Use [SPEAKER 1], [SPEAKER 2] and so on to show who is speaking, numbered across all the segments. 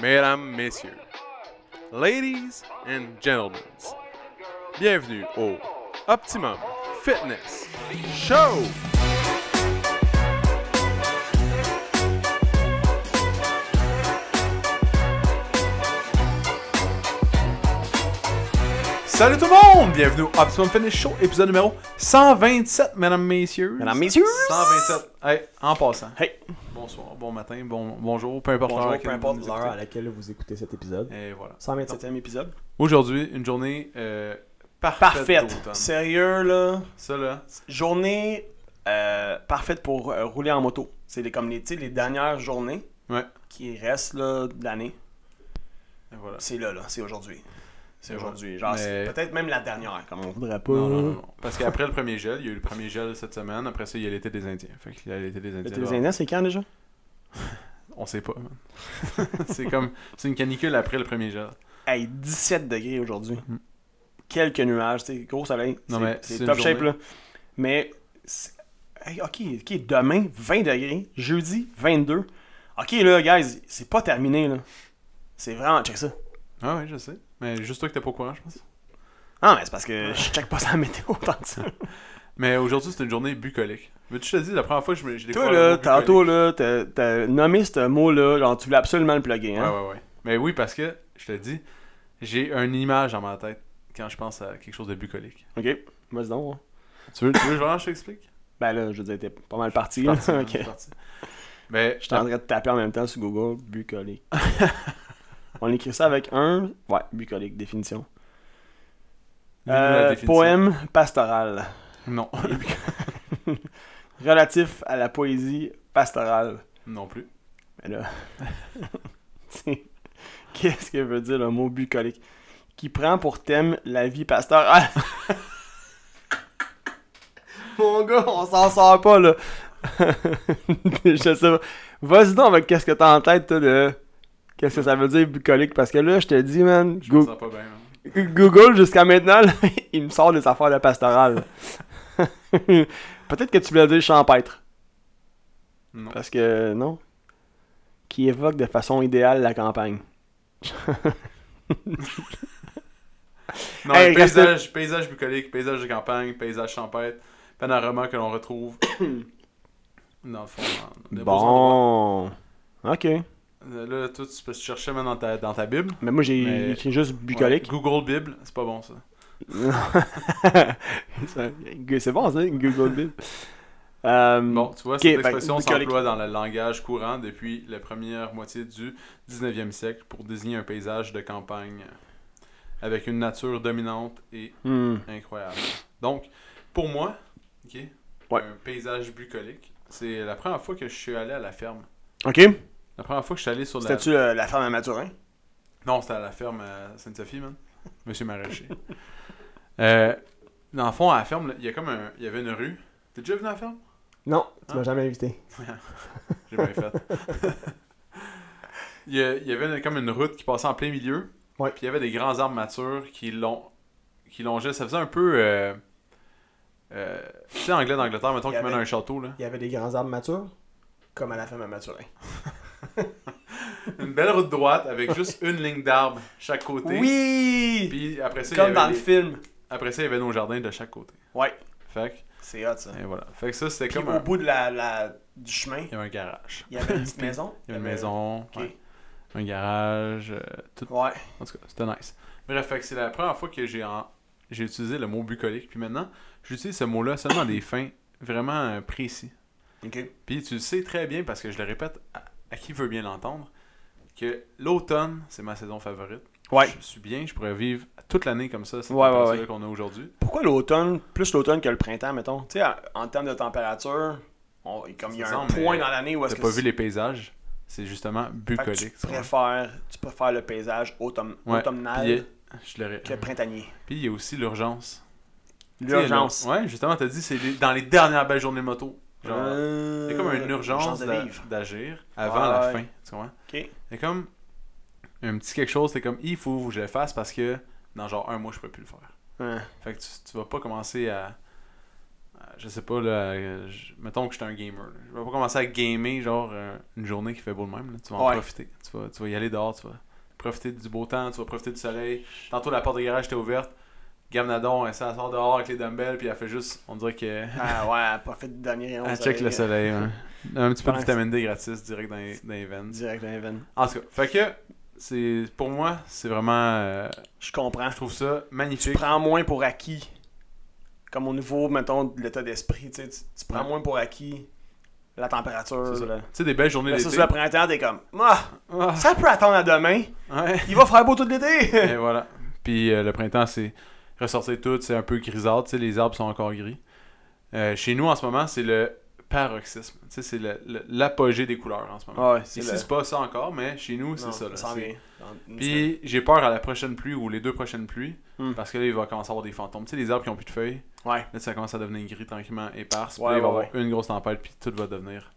[SPEAKER 1] mesdames, messieurs, ladies and gentlemen, bienvenue au Optimum Fitness Show! Salut tout le monde! Bienvenue au Optimum Fitness Show, épisode numéro 127, mesdames, messieurs.
[SPEAKER 2] Mesdames, messieurs!
[SPEAKER 1] 127. Hey, en passant.
[SPEAKER 2] Hey!
[SPEAKER 1] Bonsoir, bon matin, bon, bonjour, peu importe
[SPEAKER 2] Bonjour,
[SPEAKER 1] l'heure
[SPEAKER 2] peu
[SPEAKER 1] que
[SPEAKER 2] importe
[SPEAKER 1] vous
[SPEAKER 2] l'heure
[SPEAKER 1] écoutez.
[SPEAKER 2] à laquelle vous écoutez cet épisode.
[SPEAKER 1] Et voilà.
[SPEAKER 2] 127e épisode.
[SPEAKER 1] Aujourd'hui, une journée euh, parfaite.
[SPEAKER 2] Parfaite.
[SPEAKER 1] d'automne.
[SPEAKER 2] Sérieux, là.
[SPEAKER 1] Ça, là.
[SPEAKER 2] Journée euh, parfaite pour euh, rouler en moto. C'est les- comme les, tu sais, les dernières journées
[SPEAKER 1] Ouais.
[SPEAKER 2] qui restent là, de l'année.
[SPEAKER 1] Et voilà.
[SPEAKER 2] C'est là, là. C'est aujourd'hui. C'est
[SPEAKER 1] Et
[SPEAKER 2] aujourd'hui.
[SPEAKER 1] voilà.
[SPEAKER 2] Genre, c'est
[SPEAKER 1] Mais-
[SPEAKER 2] peut-être même la dernière, comme on voudrait pas.
[SPEAKER 1] Non, non, non, non. Parce qu'après le premier gel, il y a eu le premier gel cette semaine. Après ça, il y a l'été des Indiens. Fait que l'été des Indiens.
[SPEAKER 2] L'été des
[SPEAKER 1] là,
[SPEAKER 2] Indiens, c'est quand déjà
[SPEAKER 1] On sait pas, man. c'est comme. C'est une canicule après le premier gel.
[SPEAKER 2] Hey, 17 degrés aujourd'hui.
[SPEAKER 1] Mm.
[SPEAKER 2] Quelques nuages, tu sais, gros soleil.
[SPEAKER 1] Non,
[SPEAKER 2] C'est-
[SPEAKER 1] mais c'est
[SPEAKER 2] c'est
[SPEAKER 1] une
[SPEAKER 2] top shape,
[SPEAKER 1] journée.
[SPEAKER 2] là. Mais, c'est- hey, ok, ok, demain, 20 degrés. Jeudi, 22. Ok, là, guys, c'est pas terminé, là. C'est vraiment, check ça.
[SPEAKER 1] Ah ouais, je sais. Mais juste toi que t'es pas au courant, je pense.
[SPEAKER 2] Ah, mais c'est parce que je check pas sa météo tant que ça.
[SPEAKER 1] Mais aujourd'hui, c'est une journée bucolique. Veux-tu que je te dis, la première fois que je me- j'ai
[SPEAKER 2] Toi,
[SPEAKER 1] découvert. le
[SPEAKER 2] là,
[SPEAKER 1] mot bucolique.
[SPEAKER 2] tantôt, là, t'as- t'as nommé ce mot-là, genre, tu voulais absolument le plugger, hein.
[SPEAKER 1] Ouais, ouais, ouais. Mais oui, parce que, je te dis, j'ai une image dans ma tête quand je pense à quelque chose de bucolique.
[SPEAKER 2] Ok, vas-y donc. hein.
[SPEAKER 1] Tu veux, tu veux vraiment que je t'explique?
[SPEAKER 2] Ben là, je veux dire, t'es pas mal parti,
[SPEAKER 1] Je suis parti, man, je
[SPEAKER 2] là. Ok.
[SPEAKER 1] suis parti. Mais
[SPEAKER 2] J'étais en train de taper en même temps sur Google bucolique. On écrit ça avec un. Ouais, bucolique, définition.
[SPEAKER 1] Lis-nous la
[SPEAKER 2] Euh,
[SPEAKER 1] définition.
[SPEAKER 2] Poème pastoral.
[SPEAKER 1] Non,
[SPEAKER 2] Relatif à la poésie pastorale.
[SPEAKER 1] non plus.
[SPEAKER 2] Mais là. c'est- Qu'est-ce que veut dire le mot bucolique Qui prend pour thème la vie pastorale. Mon gars, on s'en sort pas là. je sais pas. Vas-y donc avec qu'est-ce que t'as en tête toi, de. Qu'est-ce que ça veut dire bucolique? Parce que là, je te dis, man,
[SPEAKER 1] Je me
[SPEAKER 2] Goo-
[SPEAKER 1] sens pas bien. hein. man.
[SPEAKER 2] Google jusqu'à maintenant, là, il me sort des affaires de pastoral. Peut-être que tu voulais dire champêtre.
[SPEAKER 1] Non.
[SPEAKER 2] Parce que non. Qui évoque de façon idéale la campagne.
[SPEAKER 1] Non,
[SPEAKER 2] Hey,
[SPEAKER 1] mais paysage, paysage bucolique, paysage de campagne, paysage champêtre, panorama que l'on retrouve dans le fond. dans- de beaux endroits.
[SPEAKER 2] Bon. Ok.
[SPEAKER 1] Euh, Là, toi, tu peux te chercher même dans ta, dans ta Bible.
[SPEAKER 2] Mais moi, j'ai
[SPEAKER 1] Mais-
[SPEAKER 2] écrit juste bucolique.
[SPEAKER 1] Ouais, Google Bible, c'est pas bon ça.
[SPEAKER 2] C'est c'est bon, ça, Google Bible. Euh,
[SPEAKER 1] Bon, tu vois,
[SPEAKER 2] Ok,
[SPEAKER 1] cette
[SPEAKER 2] fait que
[SPEAKER 1] expression
[SPEAKER 2] bucolique.
[SPEAKER 1] s'emploie dans le langage courant depuis la première moitié du 19e siècle pour désigner un paysage de campagne avec une nature dominante et
[SPEAKER 2] hmm.
[SPEAKER 1] Incroyable. Donc, pour moi, ok,
[SPEAKER 2] Ouais.
[SPEAKER 1] un paysage bucolique, c'est la première fois que je suis allé à la ferme.
[SPEAKER 2] Ok.
[SPEAKER 1] La première fois que je suis allé sur la...
[SPEAKER 2] C'était-tu euh, la femme à Maturin?
[SPEAKER 1] Non, c'était à la ferme à Sainte-Sophie, man. Monsieur Maraîcher. Euh, dans le fond, à la ferme, là, il y a comme un... Il y avait une rue. T'es déjà venu à la ferme?
[SPEAKER 2] Non,
[SPEAKER 1] tu m'as
[SPEAKER 2] jamais invité.
[SPEAKER 1] J'ai bien fait. il, y a- il y avait une- comme une route qui passait en plein milieu.
[SPEAKER 2] Ouais.
[SPEAKER 1] Puis il y avait des grands arbres matures qui, l'ont, qui longeaient. Ça faisait un peu... Euh, euh, tu sais, anglais d'Angleterre, mettons,
[SPEAKER 2] Il y
[SPEAKER 1] qui mène à
[SPEAKER 2] avait-
[SPEAKER 1] un château, là.
[SPEAKER 2] Il y avait des grands arbres matures, comme à la femme à Maturin.
[SPEAKER 1] Une belle route droite avec juste une ligne d'arbres chaque côté.
[SPEAKER 2] Oui!
[SPEAKER 1] Puis après ça, il y
[SPEAKER 2] Comme
[SPEAKER 1] avait
[SPEAKER 2] dans le
[SPEAKER 1] les-
[SPEAKER 2] film.
[SPEAKER 1] après ça, il y avait nos jardins de chaque côté.
[SPEAKER 2] Ouais,
[SPEAKER 1] Fait que,
[SPEAKER 2] c'est hot ça.
[SPEAKER 1] et voilà. Fait que ça, c'était
[SPEAKER 2] Puis
[SPEAKER 1] comme
[SPEAKER 2] au
[SPEAKER 1] un...
[SPEAKER 2] bout de la, la- du chemin,
[SPEAKER 1] Il y avait un garage.
[SPEAKER 2] il y avait une petite maison.
[SPEAKER 1] Il y avait une maison,
[SPEAKER 2] Ok.
[SPEAKER 1] ouais, un garage, euh, tout.
[SPEAKER 2] Ouais.
[SPEAKER 1] En tout cas, c'était nice. Bref, fait que c'est la première fois que j'ai en- j'ai utilisé le mot bucolique. Puis maintenant, j'utilise ce mot-là seulement à des fins vraiment euh, précis.
[SPEAKER 2] Ok.
[SPEAKER 1] Puis tu le sais très bien, parce que je le répète à, à qui veut bien l'entendre, que l'automne, c'est ma saison favorite.
[SPEAKER 2] Ouais.
[SPEAKER 1] Je suis bien, je pourrais vivre toute l'année comme ça, cette
[SPEAKER 2] Ouais, ouais,
[SPEAKER 1] température
[SPEAKER 2] ouais.
[SPEAKER 1] qu'on a aujourd'hui.
[SPEAKER 2] Pourquoi l'automne, plus l'automne que le printemps, mettons? Tu sais, en- en termes de température, on- comme il y a
[SPEAKER 1] C'est
[SPEAKER 2] un
[SPEAKER 1] ça, mais
[SPEAKER 2] point dans l'année où est-ce
[SPEAKER 1] T'as
[SPEAKER 2] que
[SPEAKER 1] pas
[SPEAKER 2] c'est-
[SPEAKER 1] vu les paysages, c'est justement
[SPEAKER 2] Fait que
[SPEAKER 1] bucolique.
[SPEAKER 2] tu,
[SPEAKER 1] ça.
[SPEAKER 2] préfères, tu préfères le paysage autom-
[SPEAKER 1] Ouais.
[SPEAKER 2] automnal
[SPEAKER 1] Puis, euh, je le ré-
[SPEAKER 2] que printanier.
[SPEAKER 1] Puis il y a aussi l'urgence.
[SPEAKER 2] L'urgence.
[SPEAKER 1] Tu sais, le- Ouais, justement, t'as dit, c'est les- dans les dernières belles journées moto. Genre,
[SPEAKER 2] Euh,
[SPEAKER 1] il y a comme une urgence
[SPEAKER 2] de
[SPEAKER 1] d'a-
[SPEAKER 2] vivre.
[SPEAKER 1] d'agir avant la
[SPEAKER 2] Ouais.
[SPEAKER 1] fin, tu vois.
[SPEAKER 2] Ok.
[SPEAKER 1] Il y a comme un petit quelque chose, c'est comme, il faut que je le fasse parce que dans genre un mois, je pourrais plus le faire.
[SPEAKER 2] Ouais.
[SPEAKER 1] Fait que tu, tu vas pas commencer à, à je sais pas, là, euh, je- mettons que j'étais un gamer. là. Je vais pas commencer à gamer, genre, euh, une journée qui fait beau de même. là. Tu vas en
[SPEAKER 2] Ouais.
[SPEAKER 1] profiter. Tu vas, tu vas y aller dehors, tu vas profiter du beau temps, tu vas profiter du soleil. Tantôt, la porte de garage était ouverte. Gamnadon, elle s'en sort dehors avec les dumbbells, puis elle fait juste, on dirait que...
[SPEAKER 2] Ah ouais, pas fait de dernier rayon.
[SPEAKER 1] elle
[SPEAKER 2] ça
[SPEAKER 1] check
[SPEAKER 2] arrive.
[SPEAKER 1] le soleil, ouais. Un petit peu de
[SPEAKER 2] Ouais.
[SPEAKER 1] vitamine D gratis, direct dans les, dans les veines.
[SPEAKER 2] euh, Direct dans les veines.
[SPEAKER 1] En tout cas, fait que, c'est, pour moi, c'est vraiment... euh,
[SPEAKER 2] Je comprends.
[SPEAKER 1] je trouve ça magnifique.
[SPEAKER 2] prends moins pour acquis. Comme au niveau, mettons, de l'état d'esprit, tu, sais, tu- tu prends
[SPEAKER 1] Ouais.
[SPEAKER 2] moins pour acquis la température.
[SPEAKER 1] C'est ça.
[SPEAKER 2] là.
[SPEAKER 1] Tu sais, des belles journées d'été.
[SPEAKER 2] Versus le printemps, t'es comme, ah,
[SPEAKER 1] Ah,
[SPEAKER 2] ça peut attendre à demain.
[SPEAKER 1] ouais.
[SPEAKER 2] Il va faire beau tout l'été.
[SPEAKER 1] Et voilà. Puis euh, le printemps, c'est ressortir tout, c'est un peu grisâtre, tu sais, les arbres sont encore gris. Euh, chez nous, en ce moment, c'est le paroxysme. Tu sais, c'est le- le- l'apogée des couleurs en ce moment.
[SPEAKER 2] ouais,
[SPEAKER 1] Ici, c'est pas ça encore, mais chez nous, c'est
[SPEAKER 2] Ah, Non,
[SPEAKER 1] ça. là.
[SPEAKER 2] s'en
[SPEAKER 1] C'est-
[SPEAKER 2] vient. Dans une semaine.
[SPEAKER 1] Puis j'ai peur à la prochaine pluie ou les deux prochaines pluies,
[SPEAKER 2] Hmm.
[SPEAKER 1] parce que là, il va commencer à avoir des fantômes. Tu sais, les arbres qui ont plus de feuilles,
[SPEAKER 2] Ouais.
[SPEAKER 1] là, ça commence à devenir gris tranquillement, éparse. Puis
[SPEAKER 2] Ouais,
[SPEAKER 1] là, il va y
[SPEAKER 2] ouais,
[SPEAKER 1] avoir une grosse tempête, puis tout va devenir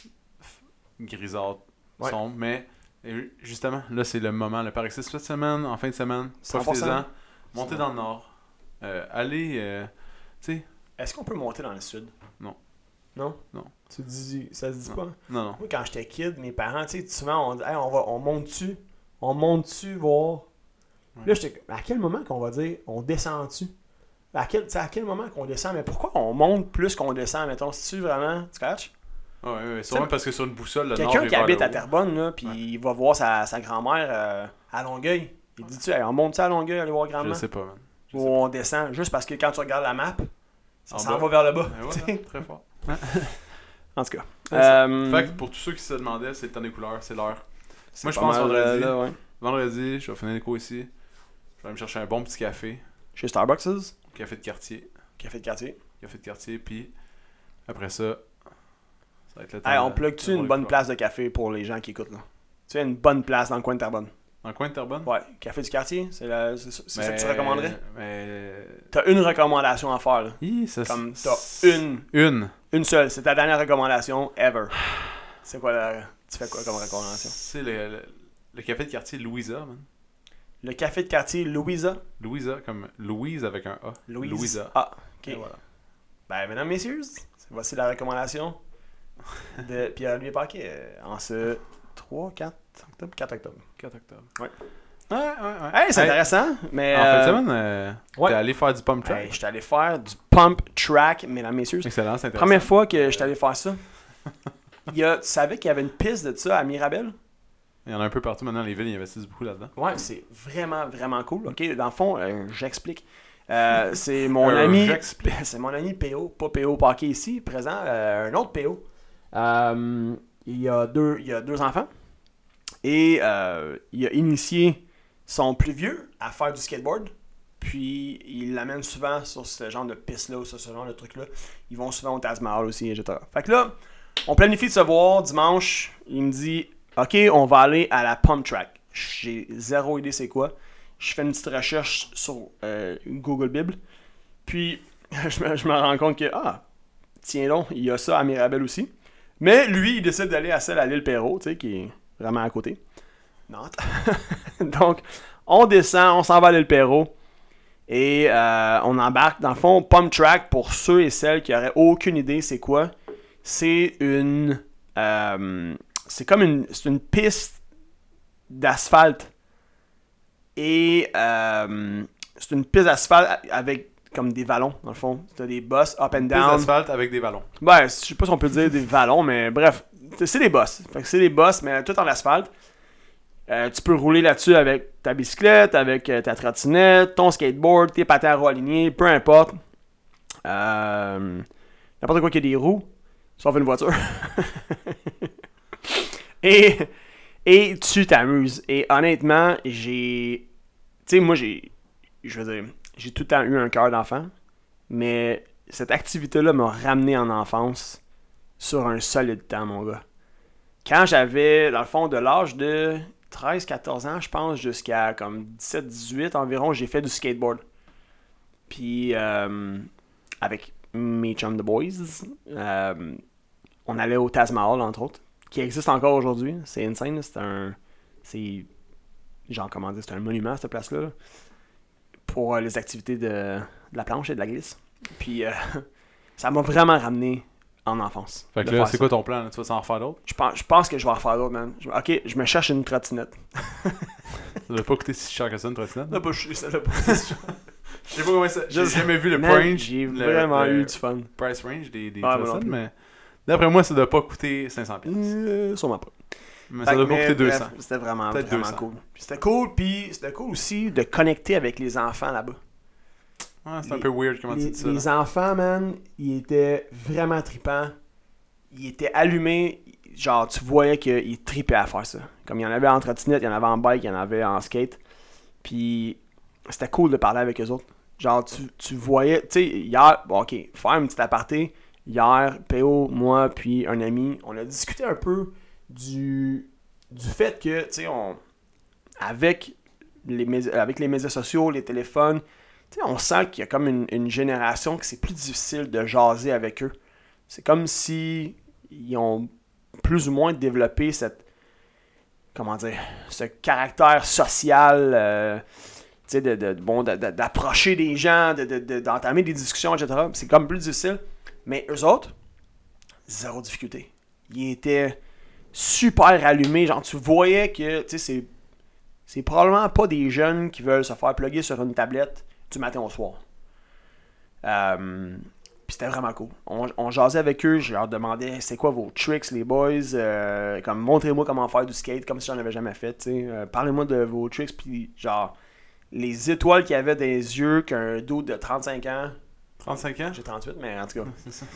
[SPEAKER 1] f- grisâtre,
[SPEAKER 2] Ouais.
[SPEAKER 1] sombre. Mais euh, justement, là, c'est le moment, le paroxysme cette semaine, en fin de semaine.
[SPEAKER 2] 100%.
[SPEAKER 1] Profitez-en, montez dans le nord, euh, allez, euh, tu sais,
[SPEAKER 2] Est-ce qu'on peut monter dans le sud?
[SPEAKER 1] Non.
[SPEAKER 2] Non?
[SPEAKER 1] Non.
[SPEAKER 2] Tu dis, ça se dit
[SPEAKER 1] Non.
[SPEAKER 2] pas?
[SPEAKER 1] non, non.
[SPEAKER 2] Moi, quand j'étais kid, mes parents, tu sais, souvent, on dit, Hey, on, va, on monte dessus, on monte dessus, voir.
[SPEAKER 1] Ouais.
[SPEAKER 2] Là, j'étais, à quel moment qu'on va dire, on descend dessus? À quel, tu sais, à quel moment qu'on descend? Mais pourquoi on monte plus qu'on descend, mettons? Si tu vraiment, tu catches?
[SPEAKER 1] Ah Ouais, ouais, ouais, sûrement
[SPEAKER 2] C'est-
[SPEAKER 1] parce que sur une boussole, le nord
[SPEAKER 2] Quelqu'un
[SPEAKER 1] est
[SPEAKER 2] qui
[SPEAKER 1] vers le
[SPEAKER 2] habite à
[SPEAKER 1] haut.
[SPEAKER 2] Terrebonne, là, puis
[SPEAKER 1] Ouais.
[SPEAKER 2] il va voir sa, sa grand-mère euh, à Longueuil. Il dit-tu, Hey, on monte ça à Longueuil, aller voir
[SPEAKER 1] Je
[SPEAKER 2] grand-mère?
[SPEAKER 1] sais pas, man. je
[SPEAKER 2] Ou
[SPEAKER 1] sais
[SPEAKER 2] on descend? Juste parce que quand tu regardes la map, ça
[SPEAKER 1] En
[SPEAKER 2] s'en
[SPEAKER 1] bas. Ben
[SPEAKER 2] va vers le bas.
[SPEAKER 1] Eh Ouais,
[SPEAKER 2] tu sais.
[SPEAKER 1] voilà, très fort.
[SPEAKER 2] En tout cas.
[SPEAKER 1] Ouais, ça-
[SPEAKER 2] Euh,
[SPEAKER 1] Fait que pour tous ceux qui se demandaient, c'est le temps des couleurs, c'est l'heure.
[SPEAKER 2] c'est
[SPEAKER 1] moi, je
[SPEAKER 2] pas
[SPEAKER 1] pense
[SPEAKER 2] mal,
[SPEAKER 1] vendredi.
[SPEAKER 2] euh, là, ouais.
[SPEAKER 1] Vendredi, je vais finir les cours ici. Je vais aller me chercher un bon petit café,
[SPEAKER 2] Chez Starbucks,
[SPEAKER 1] café de quartier,
[SPEAKER 2] café de quartier.
[SPEAKER 1] café de quartier, puis après ça, ça va être le temps.
[SPEAKER 2] Hey,
[SPEAKER 1] de-
[SPEAKER 2] on
[SPEAKER 1] de
[SPEAKER 2] plug-tu
[SPEAKER 1] voir
[SPEAKER 2] une
[SPEAKER 1] les
[SPEAKER 2] bonne
[SPEAKER 1] couleurs.
[SPEAKER 2] place de café pour les gens qui écoutent là? Tu sais, une bonne place dans le coin de Terrebonne.
[SPEAKER 1] Dans le coin de Terrebonne
[SPEAKER 2] Ouais, café du quartier, c'est la- c'est ça c'est ça que tu
[SPEAKER 1] Mais-
[SPEAKER 2] recommanderais?
[SPEAKER 1] Mais.
[SPEAKER 2] T'as une recommandation à faire là.
[SPEAKER 1] Hi, ça,
[SPEAKER 2] Comme
[SPEAKER 1] c'est-
[SPEAKER 2] t'as une,
[SPEAKER 1] Une.
[SPEAKER 2] une seule, c'est ta dernière recommandation ever. C'est quoi la. Tu fais quoi comme recommandation?
[SPEAKER 1] C'est le, le- le café de quartier Louisa, man.
[SPEAKER 2] Le café de quartier Louisa.
[SPEAKER 1] Louisa, comme Louise avec un A.
[SPEAKER 2] Louise.
[SPEAKER 1] Louisa.
[SPEAKER 2] Ah, ok.
[SPEAKER 1] Et voilà.
[SPEAKER 2] Ben, mesdames, messieurs, voici la recommandation de Pierre-Louis Paquet euh, en ce 3, 4 octobre, 4 octobre.
[SPEAKER 1] 4 octobre.
[SPEAKER 2] Ouais.
[SPEAKER 1] Ouais, ouais, ouais.
[SPEAKER 2] Hey, c'est
[SPEAKER 1] Hey,
[SPEAKER 2] intéressant, mais.
[SPEAKER 1] En fin de
[SPEAKER 2] euh,
[SPEAKER 1] semaine, euh,
[SPEAKER 2] ouais.
[SPEAKER 1] t'es allé faire du pump track.
[SPEAKER 2] Hey, j'étais allé faire du pump track, mesdames, messieurs.
[SPEAKER 1] Excellent, c'est intéressant.
[SPEAKER 2] Première fois que j'étais allé faire ça. Il y a- tu savais qu'il y avait une piste de ça à Mirabel?
[SPEAKER 1] Il y en a un peu partout maintenant, les villes, ils investissent beaucoup là-dedans.
[SPEAKER 2] Ouais, c'est vraiment, vraiment cool. OK, dans le fond, euh, j'explique. Euh, c'est mon
[SPEAKER 1] Euh,
[SPEAKER 2] ami...
[SPEAKER 1] j'explique.
[SPEAKER 2] C'est mon ami PO, pas PO Paquet ici, présent, euh, un autre PO. Euh, il, y a deux, il y a deux enfants. Et euh, il a initié son plus vieux à faire du skateboard. Puis il l'amène souvent sur ce genre de piste-là ou sur ce genre de truc-là. Ils vont souvent au Tasmahal aussi, etc. Fait que là, on planifie de se voir dimanche. Il me dit Ok, on va aller à la pump track. J'ai zéro idée c'est quoi. Je fais une petite recherche sur euh, Google Bible. Puis je me, je me rends compte que Ah, tiens donc, il y a ça à Mirabel aussi. Mais lui, il décide d'aller à celle à l'île Perrault, tu sais, qui est vraiment à côté. Nantes. Donc, on descend, on s'en va à l'île Perrault. Et euh, on embarque, dans le fond, Pump Track, pour ceux et celles qui n'auraient aucune idée c'est quoi, c'est une... euh, c'est comme une, c'est une piste d'asphalte. Et euh, c'est une piste d'asphalte avec comme des vallons, dans le fond. T'as des bosses up and
[SPEAKER 1] Des
[SPEAKER 2] down.
[SPEAKER 1] asphaltes avec des ballons.
[SPEAKER 2] Ben, je sais pas si on peut dire des vallons, mais bref, c'est- c'est des bosses. Fait que c'est des bosses, mais tout en asphalte. Euh, tu peux rouler là-dessus avec ta bicyclette, avec euh, ta trottinette, ton skateboard, tes patins à roues alignées, peu importe. Euh, N'importe quoi qui a des roues, sauf une voiture. et, et tu t'amuses. Et honnêtement, j'ai. Tu sais, moi, j'ai. Je veux dire, j'ai tout le temps eu un cœur d'enfant mais cette activité-là m'a ramené en enfance sur un solide temps, mon gars. Quand j'avais, dans le fond, de l'âge de 13-14 ans, je pense, jusqu'à comme 17-18 environ, j'ai fait du skateboard. Puis, euh, avec mes chums de boys, euh, on allait au Tasmahal, entre autres, qui existe encore aujourd'hui. C'est insane, là. c'est un... C'est... Genre, comment dire, c'est un monument, cette place-là. là, Pour euh, les activités de, de la planche et de la glisse. Puis, euh, Ça m'a vraiment ramené en enfance.
[SPEAKER 1] Fait
[SPEAKER 2] de
[SPEAKER 1] que là,
[SPEAKER 2] faire
[SPEAKER 1] c'est
[SPEAKER 2] ça.
[SPEAKER 1] quoi ton plan? là? Tu vas s'en refaire d'autres?
[SPEAKER 2] Je pense, je pense que je vais en refaire d'autres, man. Je- ok, je me cherche une trottinette.
[SPEAKER 1] Ça doit pas coûter si cher que ça, une trottinette.
[SPEAKER 2] pas je
[SPEAKER 1] Je sais pas comment ça... J'ai
[SPEAKER 2] Juste-
[SPEAKER 1] jamais vu le
[SPEAKER 2] Man,
[SPEAKER 1] range.
[SPEAKER 2] J'ai
[SPEAKER 1] le-
[SPEAKER 2] vraiment
[SPEAKER 1] le
[SPEAKER 2] eu du fun.
[SPEAKER 1] price range des, des
[SPEAKER 2] Ouais, moi non
[SPEAKER 1] trottinettes,
[SPEAKER 2] plus.
[SPEAKER 1] mais... D'après moi, ça doit pas coûter 500$. piastres.
[SPEAKER 2] Euh, sûrement pas.
[SPEAKER 1] Mais
[SPEAKER 2] Fait
[SPEAKER 1] ça
[SPEAKER 2] que-
[SPEAKER 1] doit pas
[SPEAKER 2] mais
[SPEAKER 1] coûter
[SPEAKER 2] bref,
[SPEAKER 1] 200$.
[SPEAKER 2] C'était vraiment,
[SPEAKER 1] Peut-être
[SPEAKER 2] vraiment
[SPEAKER 1] 200.
[SPEAKER 2] cool. Puis C'était cool, puis c'était cool aussi de connecter avec les enfants là-bas.
[SPEAKER 1] Ouais, c'est un
[SPEAKER 2] Les-
[SPEAKER 1] peu weird comment
[SPEAKER 2] Les,
[SPEAKER 1] tu dis ça.
[SPEAKER 2] les
[SPEAKER 1] là.
[SPEAKER 2] enfants, man, ils étaient vraiment tripants. Ils étaient allumés. Genre, tu voyais qu'ils tripaient à faire ça. Comme il y en avait en trottinette, il y en avait en bike, il y en avait en skate. Puis, c'était cool de parler avec eux autres. Genre, tu, tu voyais, tu sais, hier, bon, ok, faire un petit aparté. Hier, PO, moi, puis un ami, on a discuté un peu du, du fait que, tu sais, on. Avec les, médi- avec les médias sociaux, les téléphones, tu sais, on sent qu'il y a comme une, une génération que c'est plus difficile de jaser avec eux. C'est comme si ils ont plus ou moins développé cette comment dire ce caractère social euh, tu sais, de, de- bon, de- de- d'approcher des gens, de- de- de- d'entamer des discussions, etc. C'est comme plus difficile. Mais eux autres, zéro difficulté. Ils étaient super allumés. Genre, tu voyais que tu sais, c'est c'est probablement pas des jeunes qui veulent se faire plugger sur une tablette du matin au soir. Euh, Puis c'était vraiment cool. On, on jasait avec eux, je leur demandais c'est quoi vos tricks, les boys. euh, comme montrez-moi comment faire du skate, comme si j'en avais jamais fait. tu sais. Euh, Parlez-moi de vos tricks. Puis genre, les étoiles qu'il y avait des yeux qu'un dude de 35 ans,
[SPEAKER 1] 35 ans?
[SPEAKER 2] j'ai 38, mais en tout cas,
[SPEAKER 1] C'est ça.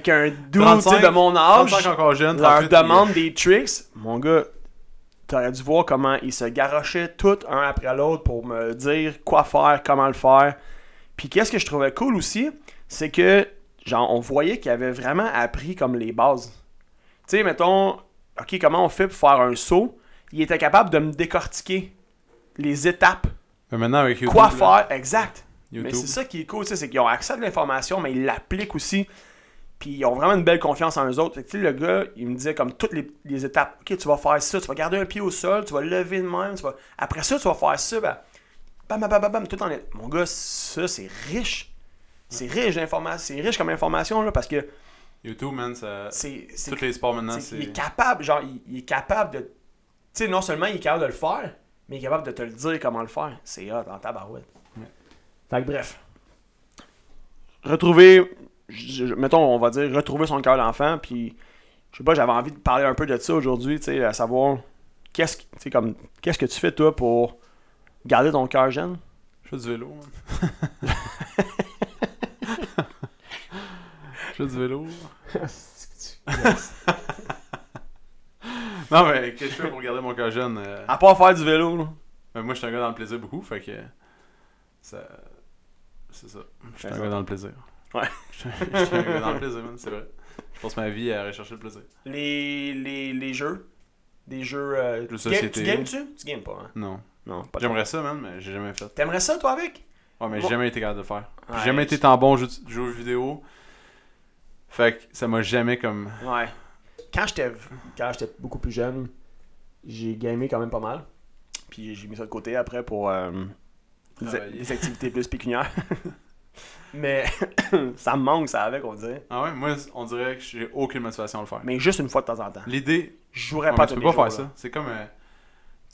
[SPEAKER 2] qu'un dude tu sais, de mon âge
[SPEAKER 1] 35 encore jeune,
[SPEAKER 2] leur
[SPEAKER 1] 38, puis-
[SPEAKER 2] demande des tricks. Mon gars, t'aurais dû voir comment ils se garochaient tout un après l'autre pour me dire quoi faire, comment le faire. Puis qu'est-ce que je trouvais cool aussi, c'est que, genre, on voyait qu'ils avaient vraiment appris comme les bases. Tu sais, mettons, OK, comment on fait pour faire un saut? Ils étaient capables de me décortiquer les étapes,
[SPEAKER 1] Mais maintenant, avec YouTube. là,
[SPEAKER 2] quoi faire, exact. Mais
[SPEAKER 1] YouTube.
[SPEAKER 2] c'est ça qui est cool, tu sais, c'est qu'ils ont accès à de l'information, mais ils l'appliquent aussi. Puis ils ont vraiment une belle confiance en eux autres. Fait que, tu sais, le gars, il me disait comme toutes les, les étapes. Ok, tu vas faire ça, tu vas garder un pied au sol, tu vas lever de même, tu vas... après ça, tu vas faire ça, ben, bam, bam, bam, bam, bam, tout en est. Mon gars, ça, c'est riche. C'est riche d'informations, c'est riche comme information, là, parce que
[SPEAKER 1] YouTube, man, ça.
[SPEAKER 2] c'est. c'est-
[SPEAKER 1] Tous les sports maintenant,
[SPEAKER 2] c'est- Il
[SPEAKER 1] c'est.
[SPEAKER 2] est capable, genre, il, il est capable de. Tu sais, non seulement il est capable de le faire, mais il est capable de te le dire comment le faire. C'est hot en tabarouette.
[SPEAKER 1] Ouais.
[SPEAKER 2] Fait que bref. Retrouver. je- je- mettons, on va dire retrouver son cœur d'enfant, puis. Je sais pas, j'avais envie de parler un peu de ça aujourd'hui, tu sais, à savoir. Qu'est-ce que- tu sais, comme, qu'est-ce que tu fais, toi, pour garder ton cœur jeune?
[SPEAKER 1] Je fais du vélo, hein. man. Je fais du vélo. Non, mais qu'est-ce que je fais pour garder mon cœur jeune? euh,
[SPEAKER 2] à part faire du vélo, là.
[SPEAKER 1] ben, moi, je suis un gars dans le plaisir beaucoup, fait que. Ça. C'est ça. Je suis un
[SPEAKER 2] Fais ça.
[SPEAKER 1] gars dans le plaisir.
[SPEAKER 2] Ouais.
[SPEAKER 1] Je suis je suis un gars dans le plaisir, man, c'est vrai. Je passe ma vie à rechercher le plaisir.
[SPEAKER 2] les, les, les jeux. Des jeux. euh,
[SPEAKER 1] Jeux
[SPEAKER 2] tu ga-
[SPEAKER 1] société.
[SPEAKER 2] Tu games-tu? Tu games pas, hein?
[SPEAKER 1] Non.
[SPEAKER 2] Non, pas
[SPEAKER 1] J'aimerais ça, man, mais j'ai jamais fait.
[SPEAKER 2] T'aimerais ça, toi, avec?
[SPEAKER 1] Ouais, mais
[SPEAKER 2] Bon.
[SPEAKER 1] j'ai jamais été capable de le faire. J'ai
[SPEAKER 2] Ouais,
[SPEAKER 1] jamais
[SPEAKER 2] je-
[SPEAKER 1] été tant bon jeu, jeu vidéo. Fait que ça m'a jamais comme.
[SPEAKER 2] Ouais. Quand j'étais, quand j'étais beaucoup plus jeune, j'ai gamé quand même pas mal. Puis j'ai mis ça de côté après pour euh, des,
[SPEAKER 1] Travailler.
[SPEAKER 2] des activités plus pécuniaires. Mais ça me manque, ça, avec, on dirait.
[SPEAKER 1] Ah ouais, moi, on dirait que j'ai aucune motivation à le faire.
[SPEAKER 2] Mais juste une fois de temps en temps.
[SPEAKER 1] L'idée.
[SPEAKER 2] Je
[SPEAKER 1] Ouais,
[SPEAKER 2] jouerais
[SPEAKER 1] Ah, mais
[SPEAKER 2] pas
[SPEAKER 1] tu
[SPEAKER 2] tous
[SPEAKER 1] peux
[SPEAKER 2] les
[SPEAKER 1] pas faire
[SPEAKER 2] jours, là.
[SPEAKER 1] ça. C'est comme. euh,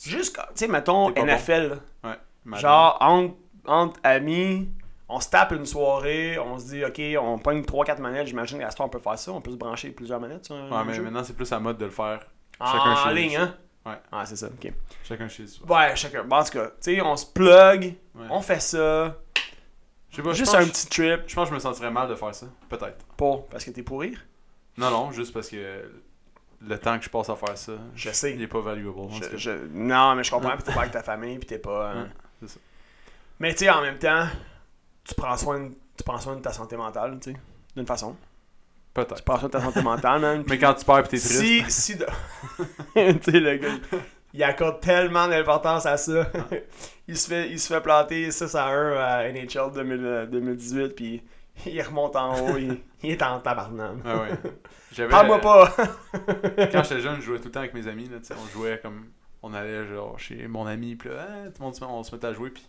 [SPEAKER 2] Juste, quand- tu sais, mettons,
[SPEAKER 1] T'es pas bon.
[SPEAKER 2] NFL, là.
[SPEAKER 1] ma-
[SPEAKER 2] Genre, entre, entre amis, on se tape une soirée, on se dit, OK, on pogne 3-4 manettes. J'imagine qu'à ce temps, on peut faire ça. On peut se brancher plusieurs manettes sur un
[SPEAKER 1] Ouais, mais
[SPEAKER 2] jeu.
[SPEAKER 1] maintenant, c'est plus à mode de le faire chacun
[SPEAKER 2] en
[SPEAKER 1] chez-
[SPEAKER 2] ligne, hein?
[SPEAKER 1] Ouais.
[SPEAKER 2] Ah, c'est ça, OK.
[SPEAKER 1] chacun chez soi.
[SPEAKER 2] Ouais, chacun. Bon, en tout cas, tu sais, on se plug,
[SPEAKER 1] Ouais.
[SPEAKER 2] on fait ça.
[SPEAKER 1] Je sais pas, je
[SPEAKER 2] juste
[SPEAKER 1] pense
[SPEAKER 2] un
[SPEAKER 1] que-
[SPEAKER 2] petit trip.
[SPEAKER 1] Je pense que je me sentirais mal de faire ça. Peut-être.
[SPEAKER 2] Pour, parce que t'es pourri.
[SPEAKER 1] Non, non, juste parce que le temps que je passe à faire ça,
[SPEAKER 2] Je sais.
[SPEAKER 1] il est pas valuable. en tout
[SPEAKER 2] Je-
[SPEAKER 1] cas.
[SPEAKER 2] je- non, mais je comprends, puis t'es pas avec ta famille, puis t'es pas. euh,
[SPEAKER 1] Ouais, c'est ça.
[SPEAKER 2] Mais tu sais, en même temps, tu prends soin de, tu prends soin de ta santé mentale, tu sais. D'une façon. Tu
[SPEAKER 1] Peut-être.
[SPEAKER 2] prends soin de ta santé mentale, man.
[SPEAKER 1] Mais quand tu perds pis t'es triste.
[SPEAKER 2] Si, si, de- tu sais, le gars, il accorde tellement d'importance à ça. il, se fait, il se fait planter 6 à 1 à NHL 2000, euh, 2018, puis il remonte en haut, il, il est en tabarnak.
[SPEAKER 1] Ouais, ah ouais. J'avais-
[SPEAKER 2] Parle-moi Ah, pas!
[SPEAKER 1] Quand j'étais jeune, je jouais tout le temps avec mes amis. Là, tu sais, on jouait comme. hein, On allait genre chez mon ami, puis là, Ah, tout le monde se met- on se mettait à jouer, puis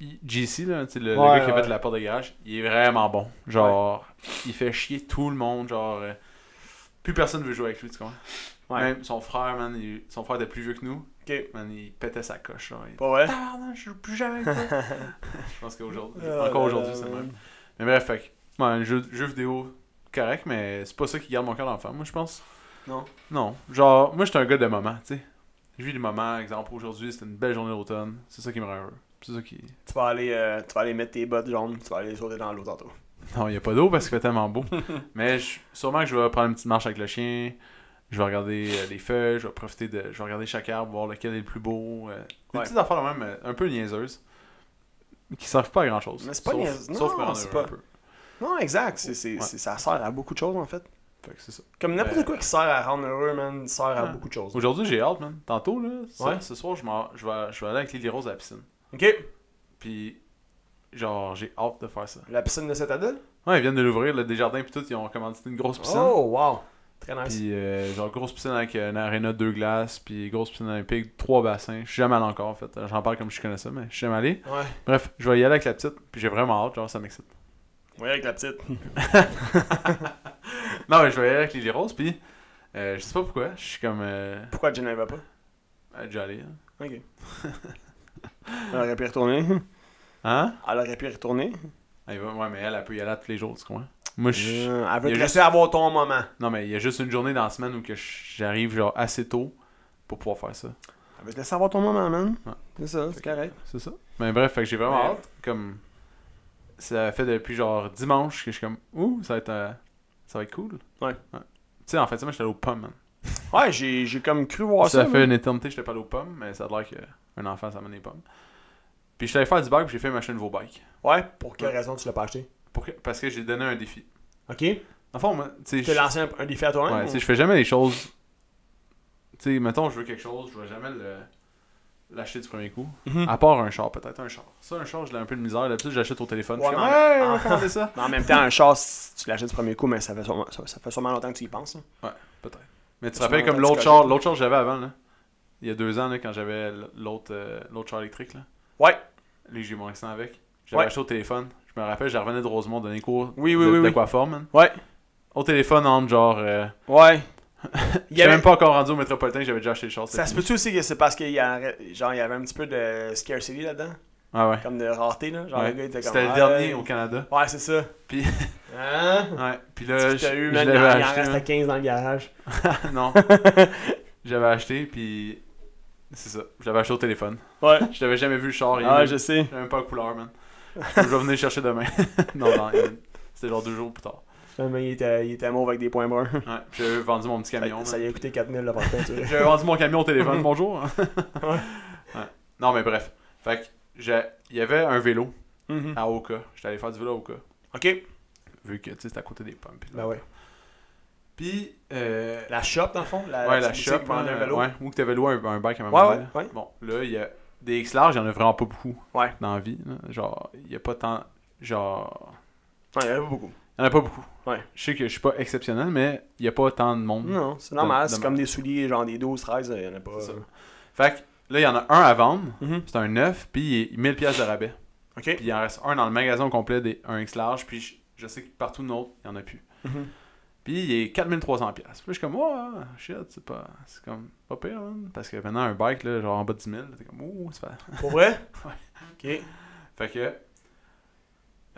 [SPEAKER 1] il- JC, là, tu sais, le, le
[SPEAKER 2] Ouais,
[SPEAKER 1] gars qui a
[SPEAKER 2] ouais.
[SPEAKER 1] fait la porte de garage, il est vraiment bon. Genre, il fait chier tout le monde. Genre, euh, plus personne veut jouer avec lui, tu comprends?
[SPEAKER 2] Ouais.
[SPEAKER 1] Même son frère, man, il- son frère était plus vieux que nous.
[SPEAKER 2] Ok.
[SPEAKER 1] Man, il pétait sa coche. Genre, il
[SPEAKER 2] Pas vrai?
[SPEAKER 1] Tabarnak, je joue plus jamais avec toi. je pense qu'aujourd'hui, encore
[SPEAKER 2] Ah,
[SPEAKER 1] aujourd'hui,
[SPEAKER 2] là,
[SPEAKER 1] c'est le
[SPEAKER 2] là,
[SPEAKER 1] même. Mais bref, fait que, ouais, le jeu, jeu vidéo, correct, mais c'est pas ça qui garde mon cœur d'enfant, moi, je pense.
[SPEAKER 2] Non.
[SPEAKER 1] Non. Genre, moi, j'étais un gars de moment, tu sais. Je vis des moments, exemple, aujourd'hui, c'était une belle journée d'automne. C'est ça qui me rend heureux. C'est ça qui.
[SPEAKER 2] Tu vas, aller, euh, tu vas aller mettre tes bottes jaunes, tu vas aller sauter dans l'eau tantôt.
[SPEAKER 1] Non, il a pas d'eau parce qu'il fait tellement beau. mais je- sûrement que je vais prendre une petite marche avec le chien. Je vais regarder euh, les feuilles, je vais profiter de. Je vais regarder chaque arbre, voir lequel est le plus beau. euh, Des
[SPEAKER 2] Ouais.
[SPEAKER 1] petites affaires, là, même, euh, un peu niaiseuses. Qui servent pas à grand chose.
[SPEAKER 2] Mais c'est pas
[SPEAKER 1] sauf,
[SPEAKER 2] niaise-
[SPEAKER 1] sauf
[SPEAKER 2] non,
[SPEAKER 1] me rendre
[SPEAKER 2] c'est
[SPEAKER 1] heureux un
[SPEAKER 2] pas-
[SPEAKER 1] peu.
[SPEAKER 2] Non, exact. c'est c'est
[SPEAKER 1] Ouais.
[SPEAKER 2] c'est- ça sert à beaucoup de choses, en fait.
[SPEAKER 1] Fait que c'est ça.
[SPEAKER 2] Comme n'importe
[SPEAKER 1] Euh,
[SPEAKER 2] quoi qui sert à rendre heureux, man, sert à
[SPEAKER 1] ouais.
[SPEAKER 2] beaucoup de choses.
[SPEAKER 1] Aujourd'hui, j'ai hâte, man. Tantôt, là, ça,
[SPEAKER 2] Ouais.
[SPEAKER 1] ce soir, je, m'en- je vais, je vais aller avec Lily Rose à la piscine.
[SPEAKER 2] Ok,
[SPEAKER 1] Puis, genre, j'ai hâte de faire ça.
[SPEAKER 2] la piscine de Citadel?
[SPEAKER 1] Ouais, ils viennent de l'ouvrir, le Desjardins, puis tout, ils ont commandité une grosse piscine.
[SPEAKER 2] Oh, wow. Très nice.
[SPEAKER 1] Puis, euh, genre, grosse piscine avec euh, une aréna de deux glaces, puis grosse piscine olympique, trois bassins. Je suis jamais allé encore, en fait. Euh, J'en parle comme je connais ça, mais je suis jamais allé.
[SPEAKER 2] Ouais.
[SPEAKER 1] Bref, je vais y aller avec la petite, puis j'ai vraiment hâte, genre, ça m'excite.
[SPEAKER 2] Oui, avec la petite.
[SPEAKER 1] Non, mais je vais y aller avec Lily Rose, puis euh, je sais pas pourquoi, je suis comme. Euh,
[SPEAKER 2] Pourquoi Jen va pas?
[SPEAKER 1] elle est déjà allée, hein.
[SPEAKER 2] Ok. Elle aurait pu y retourner.
[SPEAKER 1] Hein?
[SPEAKER 2] Elle aurait pu y retourner.
[SPEAKER 1] Elle va- ouais, mais elle, elle peut y aller à tous les jours, tu comprends? Moi, je.
[SPEAKER 2] Euh, elle veut
[SPEAKER 1] il y
[SPEAKER 2] te
[SPEAKER 1] a
[SPEAKER 2] laisser avoir ton moment.
[SPEAKER 1] Non, mais il y a juste une journée dans la semaine où que je- j'arrive genre assez tôt pour pouvoir faire ça.
[SPEAKER 2] Elle veut te laisser avoir ton moment, man.
[SPEAKER 1] Ouais.
[SPEAKER 2] C'est ça, c'est correct.
[SPEAKER 1] C'est ça. Mais bref, fait que j'ai vraiment
[SPEAKER 2] Ouais.
[SPEAKER 1] hâte. Comme ça fait depuis genre dimanche que je suis comme ouh, ça va être euh, ça va être cool.
[SPEAKER 2] Ouais.
[SPEAKER 1] Tu sais, en fait, moi j'étais allé aux pommes, man.
[SPEAKER 2] Ouais, j'ai j'ai comme cru voir
[SPEAKER 1] ça
[SPEAKER 2] ça.
[SPEAKER 1] fait
[SPEAKER 2] man.
[SPEAKER 1] une éternité que j'étais pas allé aux pommes, mais ça a l'air qu'un enfant ça mène des pommes. Puis j'étais allé faire du bike, puis j'ai fait m'acheter un nouveau bike.
[SPEAKER 2] Ouais, pour quelle raison tu l'as pas acheté?
[SPEAKER 1] Pour que- Parce que j'ai donné un défi.
[SPEAKER 2] Ok. Tu
[SPEAKER 1] Enfin, moi, tu sais,
[SPEAKER 2] t'es
[SPEAKER 1] je-
[SPEAKER 2] lancé un, un défi à toi-même?
[SPEAKER 1] Ouais,
[SPEAKER 2] ou-
[SPEAKER 1] tu sais, je fais jamais les choses. Tu sais, mettons, je veux quelque chose, je vais jamais le l'acheter du premier coup.
[SPEAKER 2] Mhm.
[SPEAKER 1] À part un char, peut-être un char. Ça, un char, je l'ai un peu de misère. D'habitude, j'achète au téléphone.
[SPEAKER 2] Ouais,
[SPEAKER 1] je suis
[SPEAKER 2] mais
[SPEAKER 1] comme,
[SPEAKER 2] en-
[SPEAKER 1] ouais,
[SPEAKER 2] en-
[SPEAKER 1] on va commander ça.
[SPEAKER 2] Mais en même temps, un char, si tu l'achètes du premier coup, mais ça fait sûrement, ça, ça fait sûrement longtemps que tu y penses. hein.
[SPEAKER 1] Peut-être. Mais tu te
[SPEAKER 2] Parce
[SPEAKER 1] rappelles
[SPEAKER 2] qu'on
[SPEAKER 1] comme
[SPEAKER 2] a
[SPEAKER 1] l'autre
[SPEAKER 2] du
[SPEAKER 1] char,
[SPEAKER 2] colis.
[SPEAKER 1] l'autre char que j'avais avant, là. Il y a deux ans, là, quand j'avais l- l'autre euh, l'autre char électrique, là.
[SPEAKER 2] Ouais.
[SPEAKER 1] Lui, j'ai eu mon accident avec. J'avais
[SPEAKER 2] Ouais.
[SPEAKER 1] acheté au téléphone. Je me rappelle, je revenais de Rosemont donner cours
[SPEAKER 2] Oui, oui,
[SPEAKER 1] de,
[SPEAKER 2] oui,
[SPEAKER 1] de
[SPEAKER 2] oui.
[SPEAKER 1] coiffeur, man.
[SPEAKER 2] Ouais.
[SPEAKER 1] Au téléphone, entre genre. Euh,
[SPEAKER 2] Ouais. Il y
[SPEAKER 1] j'étais
[SPEAKER 2] avait-
[SPEAKER 1] même pas encore rendu au métropolitain, j'avais déjà acheté le char.
[SPEAKER 2] Ça se
[SPEAKER 1] c'était
[SPEAKER 2] peut-tu aussi que c'est parce qu'il y, a- genre, il y avait un petit peu de scarcity là-dedans?
[SPEAKER 1] fini. Ah ouais.
[SPEAKER 2] Comme de rareté, là? Genre,
[SPEAKER 1] Ouais.
[SPEAKER 2] le gars, il était comme...
[SPEAKER 1] C'était le
[SPEAKER 2] ouais.
[SPEAKER 1] dernier au Canada.
[SPEAKER 2] Ouais, c'est ça.
[SPEAKER 1] Puis-
[SPEAKER 2] Hein?
[SPEAKER 1] Ouais, puis
[SPEAKER 2] Tu
[SPEAKER 1] là, je,
[SPEAKER 2] t'as eu,
[SPEAKER 1] je
[SPEAKER 2] man, il
[SPEAKER 1] l'avais
[SPEAKER 2] en il en
[SPEAKER 1] acheté.
[SPEAKER 2] reste à
[SPEAKER 1] hein.
[SPEAKER 2] 15 dans le garage.
[SPEAKER 1] non. J'avais acheté, puis. C'est ça. J'avais acheté au téléphone.
[SPEAKER 2] Ouais.
[SPEAKER 1] Je t'avais jamais vu le char. il est
[SPEAKER 2] Ah,
[SPEAKER 1] même-
[SPEAKER 2] je sais.
[SPEAKER 1] J'ai même pas la couleur, man. je vais venir le chercher demain. non, non, il- c'était genre deux jours plus tard.
[SPEAKER 2] Finalement, il était, il était mauve avec des points bruns.
[SPEAKER 1] Ouais, puis j'avais vendu mon petit camion.
[SPEAKER 2] Ça, ça
[SPEAKER 1] man.
[SPEAKER 2] lui a coûté 4000 le porte peinture.
[SPEAKER 1] J'avais vendu mon camion au téléphone, bonjour.
[SPEAKER 2] Ouais.
[SPEAKER 1] Ouais. Non, mais bref. Fait que, j'ai- il y avait un vélo
[SPEAKER 2] Mhm.
[SPEAKER 1] à Oka. J'étais allé faire du vélo à Oka.
[SPEAKER 2] Ok.
[SPEAKER 1] Vu que, tu sais, c'était à côté des pommes. Puis,
[SPEAKER 2] Ben ouais.
[SPEAKER 1] Puis, euh,
[SPEAKER 2] La shop, dans le fond? La,
[SPEAKER 1] ouais, la
[SPEAKER 2] petite
[SPEAKER 1] shop,
[SPEAKER 2] boutique qui vendait
[SPEAKER 1] hein,
[SPEAKER 2] un vélo.
[SPEAKER 1] ouais, ou que t'avais loué un, un bike à ma
[SPEAKER 2] Ouais,
[SPEAKER 1] maman.
[SPEAKER 2] ouais, ouais.
[SPEAKER 1] Bon, là, il y a des X large, il y en a vraiment pas beaucoup
[SPEAKER 2] Ouais.
[SPEAKER 1] dans la vie. là. Genre, il y a pas tant. Genre,
[SPEAKER 2] Ouais, il y en avait pas beaucoup.
[SPEAKER 1] il y en a pas beaucoup.
[SPEAKER 2] Ouais.
[SPEAKER 1] Je sais que je suis pas exceptionnel, mais il y a pas tant de monde.
[SPEAKER 2] Non, c'est normal.
[SPEAKER 1] Mhm. Dom-
[SPEAKER 2] C'est
[SPEAKER 1] dommage.
[SPEAKER 2] comme des souliers, genre des 12, 13, il y en a pas. euh.
[SPEAKER 1] C'est ça. Fait que là, il y en a un à vendre.
[SPEAKER 2] Mhm.
[SPEAKER 1] C'est un 9, puis il est 1000 pièces de rabais.
[SPEAKER 2] Ok.
[SPEAKER 1] Puis il en reste un dans le magasin au complet des 1X large, puis je, je sais que partout d'autres, il y en a plus.
[SPEAKER 2] Mhm.
[SPEAKER 1] Puis il est 4300 pièces. Puis là, je suis comme oh shit, c'est pas c'est comme pas pire man. parce que maintenant un bike là, genre en bas de 10 000, t'es comme ouh, c'est fait.
[SPEAKER 2] Pour vrai?
[SPEAKER 1] Ouais.
[SPEAKER 2] Ok.
[SPEAKER 1] Fait que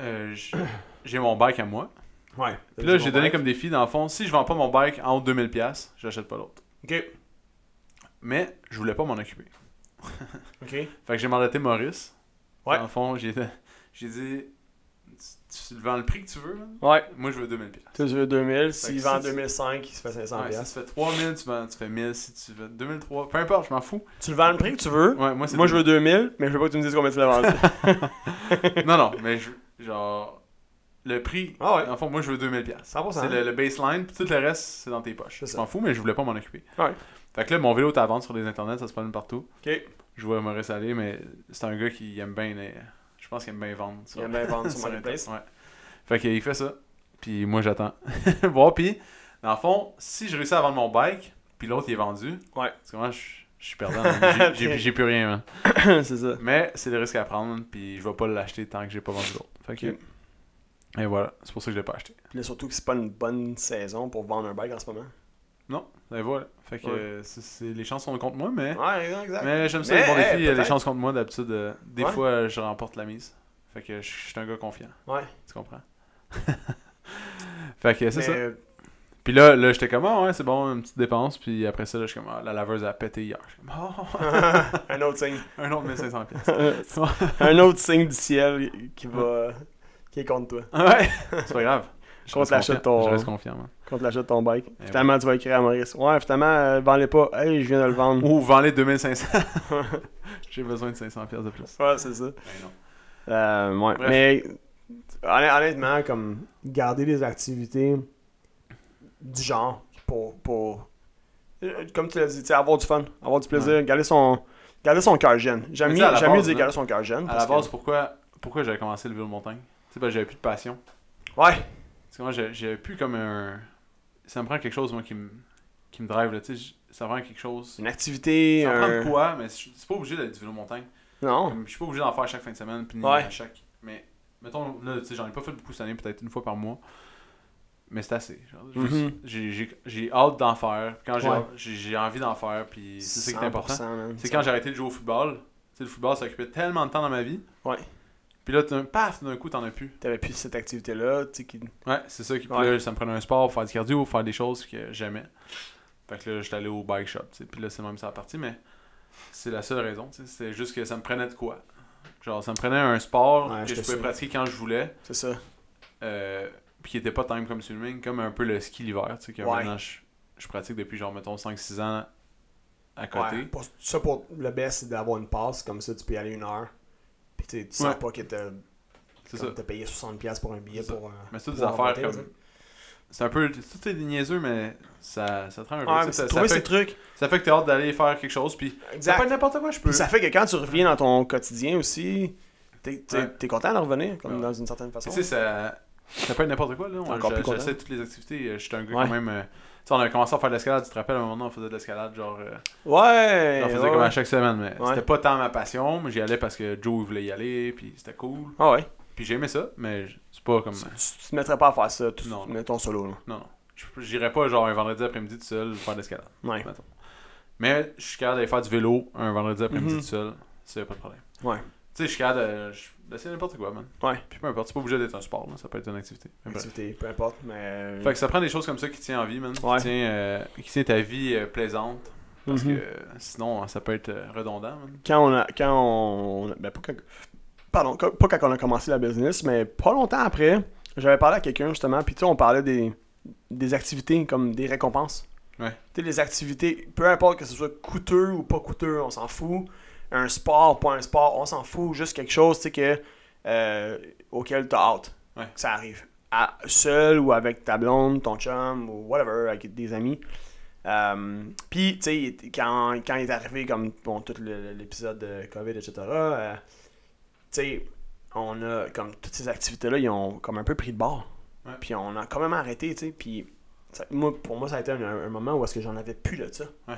[SPEAKER 1] euh, j- j'ai mon bike à moi.
[SPEAKER 2] Ouais.
[SPEAKER 1] Puis là, j'ai donné comme défi dans le fond, si je vends pas mon bike en haut de 2000 pièces, j'achète pas l'autre.
[SPEAKER 2] Ok.
[SPEAKER 1] Mais je voulais pas m'en occuper.
[SPEAKER 2] Ok.
[SPEAKER 1] Fait que j'ai mandaté Maurice.
[SPEAKER 2] Ouais.
[SPEAKER 1] Dans le fond, j'ai j'ai dit tu, tu le vends le prix que tu veux. man.
[SPEAKER 2] Ouais.
[SPEAKER 1] Moi, je veux 2000 pièces.
[SPEAKER 2] Tu veux 2000,
[SPEAKER 1] Fait
[SPEAKER 2] s'il
[SPEAKER 1] que
[SPEAKER 2] vend
[SPEAKER 1] si tu-
[SPEAKER 2] 2005, il se fait 500
[SPEAKER 1] Ouais,
[SPEAKER 2] piastres.
[SPEAKER 1] si tu fais 3000, tu, vends- tu fais 1000. Si tu fais 2003, peu importe, je m'en fous.
[SPEAKER 2] Tu le vends le prix que tu veux.
[SPEAKER 1] Ouais, moi, c'est
[SPEAKER 2] Moi, je veux 2000, mais je veux pas que tu me dises combien tu l'as vendu.
[SPEAKER 1] Non, non, mais je, genre, le prix,
[SPEAKER 2] Ah ouais.
[SPEAKER 1] en fond, moi, je veux 2000 pièces.
[SPEAKER 2] 100%.
[SPEAKER 1] C'est le, le baseline, puis tout le reste, c'est dans tes poches.
[SPEAKER 2] C'est
[SPEAKER 1] Je
[SPEAKER 2] ça.
[SPEAKER 1] m'en fous, mais je voulais pas m'en occuper.
[SPEAKER 2] Ouais.
[SPEAKER 1] Fait que là, mon vélo est à vendre sur les internets, ça se promène partout.
[SPEAKER 2] Ok.
[SPEAKER 1] Je vois Maurice aller, mais c'est un gars qui aime bien les- Je pense qu'il aime bien vendre.
[SPEAKER 2] Il
[SPEAKER 1] sur-
[SPEAKER 2] aime bien vendre sur
[SPEAKER 1] sur
[SPEAKER 2] Marketplace.
[SPEAKER 1] Internet, Ouais. Fait qu'il fait ça. Puis moi, j'attends. bon, puis, dans le fond, si je réussis à vendre mon bike, puis l'autre, il est vendu.
[SPEAKER 2] Ouais.
[SPEAKER 1] Parce que moi, je, Je suis perdant. man. J'ai- J'ai j'ai plus rien, man.
[SPEAKER 2] c'est ça.
[SPEAKER 1] Mais c'est le risque à prendre, puis je vais pas l'acheter tant que j'ai pas vendu l'autre. Fait que.
[SPEAKER 2] Ok.
[SPEAKER 1] Et voilà, c'est pour ça que je l'ai pas acheté.
[SPEAKER 2] Puis là, surtout que c'est pas une bonne saison pour vendre un bike en ce moment.
[SPEAKER 1] Non, et Ben voilà. Fait que
[SPEAKER 2] Ouais.
[SPEAKER 1] euh, c'est- c'est- les chances sont contre moi, mais.
[SPEAKER 2] Ouais, exact, exact.
[SPEAKER 1] Mais j'aime ça,
[SPEAKER 2] Mais,
[SPEAKER 1] les bons
[SPEAKER 2] hey,
[SPEAKER 1] défis.
[SPEAKER 2] peut-être.
[SPEAKER 1] euh, les chances contre moi, d'habitude, euh, des
[SPEAKER 2] Ouais.
[SPEAKER 1] fois, euh, je remporte la mise. Fait que je je suis un gars confiant.
[SPEAKER 2] Ouais.
[SPEAKER 1] Tu comprends? fait que c'est
[SPEAKER 2] Mais,
[SPEAKER 1] ça.
[SPEAKER 2] euh,
[SPEAKER 1] Puis là, là j'étais comme, ah ouais, c'est bon, une petite dépense. Puis après ça, là, je suis comme, ah, la laveuse a pété hier. Je suis comme, oh,
[SPEAKER 2] un autre signe.
[SPEAKER 1] un autre 1500 pièces.
[SPEAKER 2] un autre signe du ciel qui va. qui est contre toi.
[SPEAKER 1] ouais, c'est pas grave. Je
[SPEAKER 2] Contre
[SPEAKER 1] reste
[SPEAKER 2] l'achat de
[SPEAKER 1] confiant.
[SPEAKER 2] ton-
[SPEAKER 1] Je reste confiant, man.
[SPEAKER 2] Contre l'achat de ton bike.
[SPEAKER 1] Eh
[SPEAKER 2] finalement, tu vas écrire à Maurice. Ouais, finalement, euh, vends-les pas. Hey, je viens de le vendre.
[SPEAKER 1] Ou vends les 2500. J'ai besoin de 500 pièces de plus.
[SPEAKER 2] Ouais, c'est ça.
[SPEAKER 1] Ben non.
[SPEAKER 2] Euh, ouais.
[SPEAKER 1] Bref.
[SPEAKER 2] Mais honn- honnêtement, comme garder des activités du genre pour. pour euh, comme tu l'as dit, tu sais, avoir du fun, avoir du plaisir, garder son. Garder son cœur jeune. J'aime
[SPEAKER 1] Mais tu
[SPEAKER 2] mieux,
[SPEAKER 1] sais, à la
[SPEAKER 2] j'aime mieux
[SPEAKER 1] base,
[SPEAKER 2] dire
[SPEAKER 1] là,
[SPEAKER 2] garder son cœur jeune.
[SPEAKER 1] À la
[SPEAKER 2] parce que-
[SPEAKER 1] base, pourquoi, pourquoi j'avais commencé le vélo de montagne? Tu sais, ben, j'avais plus de passion.
[SPEAKER 2] Ouais.
[SPEAKER 1] Parce que moi, j'ai- j'avais plus comme un. Ça me prend quelque chose, moi, qui me, qui me drive, là. Tu sais, j- ça me prend quelque chose.
[SPEAKER 2] Une activité.
[SPEAKER 1] Ça me prend
[SPEAKER 2] un-
[SPEAKER 1] de quoi, mais je suis pas obligé d'être du vélo de montagne.
[SPEAKER 2] Non.
[SPEAKER 1] Comme, Je suis pas obligé d'en faire chaque fin de semaine, puis ni
[SPEAKER 2] Ouais.
[SPEAKER 1] à chaque. Mais, mettons, là, tu sais, j'en ai pas fait beaucoup cette année, peut-être une fois par mois. Mais c'est assez. genre, je-
[SPEAKER 2] Mhm.
[SPEAKER 1] j'ai- J'ai j'ai hâte d'en faire. Quand j'ai-
[SPEAKER 2] Ouais.
[SPEAKER 1] j'ai j'ai envie d'en faire, puis c'est ça qui est important.
[SPEAKER 2] 100%, man.
[SPEAKER 1] C'est quand j'ai arrêté de jouer au football. Tu sais, le football, ça occupait tellement de temps dans ma vie.
[SPEAKER 2] Ouais.
[SPEAKER 1] Puis là, d'un- paf, d'un coup, t'en as plus.
[SPEAKER 2] T'avais plus cette activité-là, tu sais, qui.
[SPEAKER 1] Ouais, c'est ça qui puis
[SPEAKER 2] Ouais.
[SPEAKER 1] là, ça me prenait un sport, faire du cardio, faire des choses que j'aimais. Fait que là, j'étais allé au bike shop, tu sais. Puis là, c'est même ça la partie, mais c'est la seule raison, tu sais. C'est juste que ça me prenait de quoi. Genre, ça me prenait un sport
[SPEAKER 2] Ouais,
[SPEAKER 1] que
[SPEAKER 2] je
[SPEAKER 1] je
[SPEAKER 2] te
[SPEAKER 1] pouvais
[SPEAKER 2] suis.
[SPEAKER 1] pratiquer quand je voulais,
[SPEAKER 2] C'est ça.
[SPEAKER 1] euh, puis qui était pas time comme swimming, comme un peu le ski l'hiver, tu sais, que
[SPEAKER 2] Ouais.
[SPEAKER 1] maintenant je, je pratique depuis genre, mettons, 5-6 ans à côté.
[SPEAKER 2] Ouais, pour- ça, pour le best, c'est d'avoir une passe, comme ça, tu peux y aller une heure. Puis tu sais, tu sens
[SPEAKER 1] Ouais.
[SPEAKER 2] pas que t'as
[SPEAKER 1] C'est ça.
[SPEAKER 2] comme t'as payé 60$ pour un billet
[SPEAKER 1] C'est ça.
[SPEAKER 2] pour. un-
[SPEAKER 1] Mais c'est toutes des
[SPEAKER 2] pour un
[SPEAKER 1] affaires
[SPEAKER 2] hôtel, tu sais.
[SPEAKER 1] comme. C'est un peu. Tout est niaiseux, mais ça, ça te rend heureux.
[SPEAKER 2] Ouais,
[SPEAKER 1] tu sais,
[SPEAKER 2] mais
[SPEAKER 1] ça, ça
[SPEAKER 2] trouver ces
[SPEAKER 1] fait,
[SPEAKER 2] trucs.
[SPEAKER 1] ça fait que t'as hâte d'aller faire quelque chose, puis. Ça peut
[SPEAKER 2] Exact.
[SPEAKER 1] être n'importe quoi, je peux.
[SPEAKER 2] Puis ça fait que quand tu reviens dans ton quotidien aussi, t'es t'es-
[SPEAKER 1] Ouais.
[SPEAKER 2] t'es content de revenir, comme
[SPEAKER 1] Ouais.
[SPEAKER 2] dans une certaine façon.
[SPEAKER 1] Tu sais, ça. Ça peut être n'importe quoi, là. On-
[SPEAKER 2] Encore
[SPEAKER 1] j'a-
[SPEAKER 2] plus content.
[SPEAKER 1] J'essaie toutes les activités. Euh, J'étais un gars
[SPEAKER 2] Ouais.
[SPEAKER 1] quand même. euh, Tu sais, on avait commencé à faire de l'escalade, tu te rappelles, à un moment donné, on faisait de l'escalade, genre. euh,
[SPEAKER 2] Ouais!
[SPEAKER 1] on faisait
[SPEAKER 2] Eh ouais,
[SPEAKER 1] comme à
[SPEAKER 2] ouais.
[SPEAKER 1] chaque semaine, mais
[SPEAKER 2] Ouais.
[SPEAKER 1] c'était pas tant ma passion, mais j'y allais parce que Joe il voulait y aller, puis c'était cool.
[SPEAKER 2] Ah ouais.
[SPEAKER 1] Puis j'aimais ça, mais j- c'est pas comme.
[SPEAKER 2] Tu, tu te mettrais pas à faire ça, tout,
[SPEAKER 1] Non, non.
[SPEAKER 2] mettons solo. Là.
[SPEAKER 1] Non, non. Je- J'irais pas, genre, un vendredi après-midi tout seul faire de l'escalade.
[SPEAKER 2] Ouais.
[SPEAKER 1] mettons. Mais je suis capable d'aller faire du vélo un vendredi après-midi
[SPEAKER 2] Mhm.
[SPEAKER 1] tout seul, c'est pas de problème.
[SPEAKER 2] Ouais.
[SPEAKER 1] Tu sais, je suis capable de- je- d'essayer n'importe quoi, man.
[SPEAKER 2] Ouais.
[SPEAKER 1] Puis peu importe, c'est pas obligé d'être un sport, là, ça peut être une activité. Mais bref.
[SPEAKER 2] Activité, peu importe, mais.
[SPEAKER 1] Fait que ça prend des choses comme ça qui tient en vie, man.
[SPEAKER 2] Mm. Ouais.
[SPEAKER 1] Qui, tient, euh, qui tient ta vie euh, plaisante. Parce
[SPEAKER 2] Mhm.
[SPEAKER 1] que euh, sinon, ça peut être euh, redondant, man.
[SPEAKER 2] quand on a, quand on, ben pas quand, pardon, quand- pas quand on a commencé la business, mais pas longtemps après, j'avais parlé à quelqu'un justement, puis tu sais, on parlait des, des activités comme des récompenses.
[SPEAKER 1] Ouais.
[SPEAKER 2] Tu sais, les activités, peu importe que ce soit coûteux ou pas coûteux, on s'en fout. Un sport, pas un sport, on s'en fout. Juste quelque chose, tu sais, que, euh, auquel t'as hâte
[SPEAKER 1] Ouais.
[SPEAKER 2] que ça arrive. À- seul ou avec ta blonde, ton chum ou whatever, avec des amis. Euh, Puis, tu sais, quand, quand il est arrivé, comme bon, tout le- l'épisode de COVID, etc., euh, tu sais, on a, comme toutes ces activités-là, ils ont comme un peu pris de bord.
[SPEAKER 1] Ouais.
[SPEAKER 2] Puis on a quand même arrêté, tu sais. Puis, ça- moi, pour moi, ça a été un, un moment où est-ce que j'en avais plus de ça.
[SPEAKER 1] Ouais.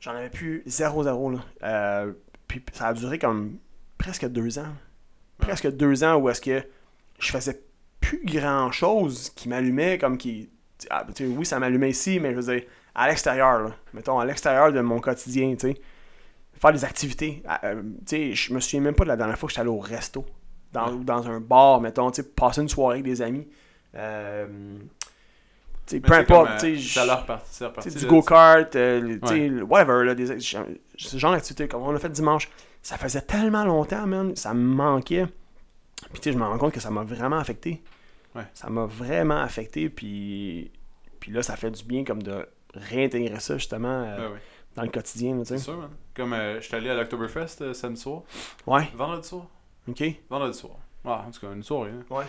[SPEAKER 2] J'en avais plus 0-0, là. Euh, Puis ça a duré comme presque deux ans. Presque deux ans où est-ce que je faisais plus grand chose qui m'allumait comme qui. ah, tu sais, oui, ça m'allumait ici, mais je veux dire, à l'extérieur, là. mettons, à l'extérieur de mon quotidien, tu sais. Faire des activités. Ah, euh, tu sais, je me souviens même pas de la dernière fois que j'étais allé au resto. Dans, ou dans un bar, mettons, tu sais, passer une soirée avec des amis. Euh, tu sais,
[SPEAKER 1] Mais
[SPEAKER 2] peu
[SPEAKER 1] c'est
[SPEAKER 2] importe,
[SPEAKER 1] comme, euh,
[SPEAKER 2] tu sais,
[SPEAKER 1] Ça
[SPEAKER 2] je-
[SPEAKER 1] leur partie, ça leur
[SPEAKER 2] tu
[SPEAKER 1] partie.
[SPEAKER 2] sais, du
[SPEAKER 1] là,
[SPEAKER 2] go-kart, euh, le- tu sais,
[SPEAKER 1] Ouais.
[SPEAKER 2] le- whatever, là, des, j'ai- ce genre d'activité, comme on l'a fait dimanche. Ça faisait tellement longtemps, man, ça me manquait. Puis, tu sais, je me rends compte que ça m'a vraiment affecté.
[SPEAKER 1] Ouais.
[SPEAKER 2] Ça m'a vraiment affecté, puis, puis là, ça fait du bien, comme de réintégrer ça, justement, euh,
[SPEAKER 1] Ben oui,
[SPEAKER 2] dans le quotidien, là, tu
[SPEAKER 1] c'est
[SPEAKER 2] sais.
[SPEAKER 1] sûr, man. Comme euh, je suis allé à l'Octoberfest euh, samedi soir.
[SPEAKER 2] Ouais,
[SPEAKER 1] Vendredi soir.
[SPEAKER 2] ok.
[SPEAKER 1] Vendredi soir. Ouais, en tout cas, une soirée. Hein.
[SPEAKER 2] Ouais.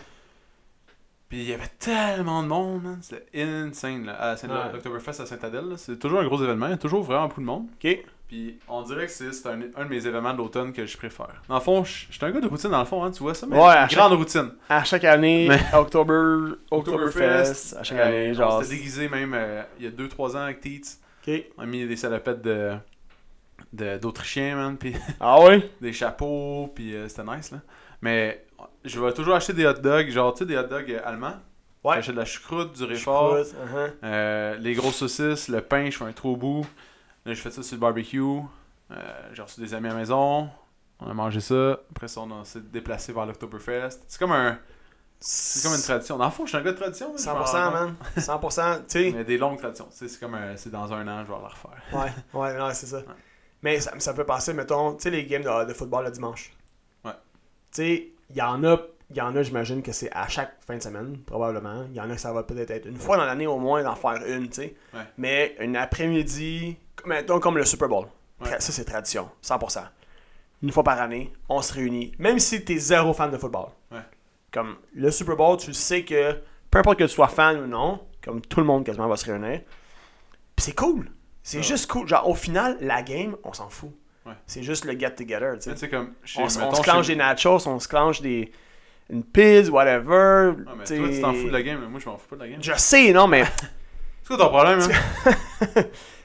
[SPEAKER 1] Puis il y avait tellement de monde, man. C'était insane, là. À Saint-
[SPEAKER 2] Ouais.
[SPEAKER 1] l'Octoberfest à Saint-Adèle, là, c'est toujours un gros événement. Il y a toujours vraiment beaucoup de monde.
[SPEAKER 2] Ok.
[SPEAKER 1] Puis on dirait que c'est c'est un, un de mes événements de l'automne que je préfère. Dans le fond, je je suis un gars de routine, dans le fond, hein, tu vois ça, mais
[SPEAKER 2] Ouais, à
[SPEAKER 1] une grande routine.
[SPEAKER 2] À chaque année,
[SPEAKER 1] Mais-
[SPEAKER 2] October, Oktoberfest,
[SPEAKER 1] Oktoberfest,
[SPEAKER 2] à chaque année,
[SPEAKER 1] Euh,
[SPEAKER 2] genre.
[SPEAKER 1] On s'était déguisé même euh, il y a 2-3 ans avec Teats.
[SPEAKER 2] Ok.
[SPEAKER 1] On a mis des salopettes de, de- d'Autrichiens, man, puis
[SPEAKER 2] Ah oui?
[SPEAKER 1] des chapeaux, puis euh, c'était nice, là. Mais je vais toujours acheter des hot dogs, genre, tu sais, des hot dogs euh, allemands.
[SPEAKER 2] Ouais.
[SPEAKER 1] J'achète de la choucroute, du réfort,
[SPEAKER 2] uh-huh.
[SPEAKER 1] euh, les grosses saucisses, le pain, je fais un trou au bout. Là, je fais ça sur le barbecue. Euh, J'ai reçu des amis à la maison. On a mangé ça. Après ça, on a- on s'est déplacé vers l'Octoberfest. C'est comme un, c'est comme une tradition. Dans le fond, je suis un gars de tradition. là, je m'en rends
[SPEAKER 2] 100%,
[SPEAKER 1] compte.
[SPEAKER 2] man. 100%, tu sais.
[SPEAKER 1] Mais des longues traditions. Tu sais, C'est comme un- c'est dans un an, je vais la refaire.
[SPEAKER 2] Ouais, ouais, non, c'est ça. Mais ça, ça peut passer, mettons, tu sais, les games de, de football le dimanche.
[SPEAKER 1] Ouais.
[SPEAKER 2] Tu sais, il y en a, il y en a, j'imagine que c'est à chaque fin de semaine, probablement. Il y en a que ça va peut-être être une fois dans l'année au moins d'en faire une, tu sais.
[SPEAKER 1] Ouais.
[SPEAKER 2] Mais une après-midi, mettons comme le Super Bowl.
[SPEAKER 1] Ouais.
[SPEAKER 2] Ça, c'est tradition, 100%. Une fois par année, on se réunit, même si t'es zéro fan de football.
[SPEAKER 1] Ouais.
[SPEAKER 2] Comme le Super Bowl, tu sais que peu importe que tu sois fan ou non, comme tout le monde quasiment va se réunir. Puis c'est cool. C'est
[SPEAKER 1] Ouais.
[SPEAKER 2] juste cool. Genre, au final, la game, on s'en fout.
[SPEAKER 1] Ouais.
[SPEAKER 2] C'est juste le get together. tu sais.
[SPEAKER 1] Mais Tu sais, comme chez-
[SPEAKER 2] On, s- on
[SPEAKER 1] mettons,
[SPEAKER 2] se clenche
[SPEAKER 1] chez-
[SPEAKER 2] des nachos, on se clenche des. une pizza, whatever.
[SPEAKER 1] Ouais, mais
[SPEAKER 2] tu
[SPEAKER 1] toi, tu
[SPEAKER 2] sais.
[SPEAKER 1] t'en fous de la game. mais Moi, je m'en fous pas de la game.
[SPEAKER 2] Je sais, non, mais
[SPEAKER 1] C'est quoi ton problème, hein?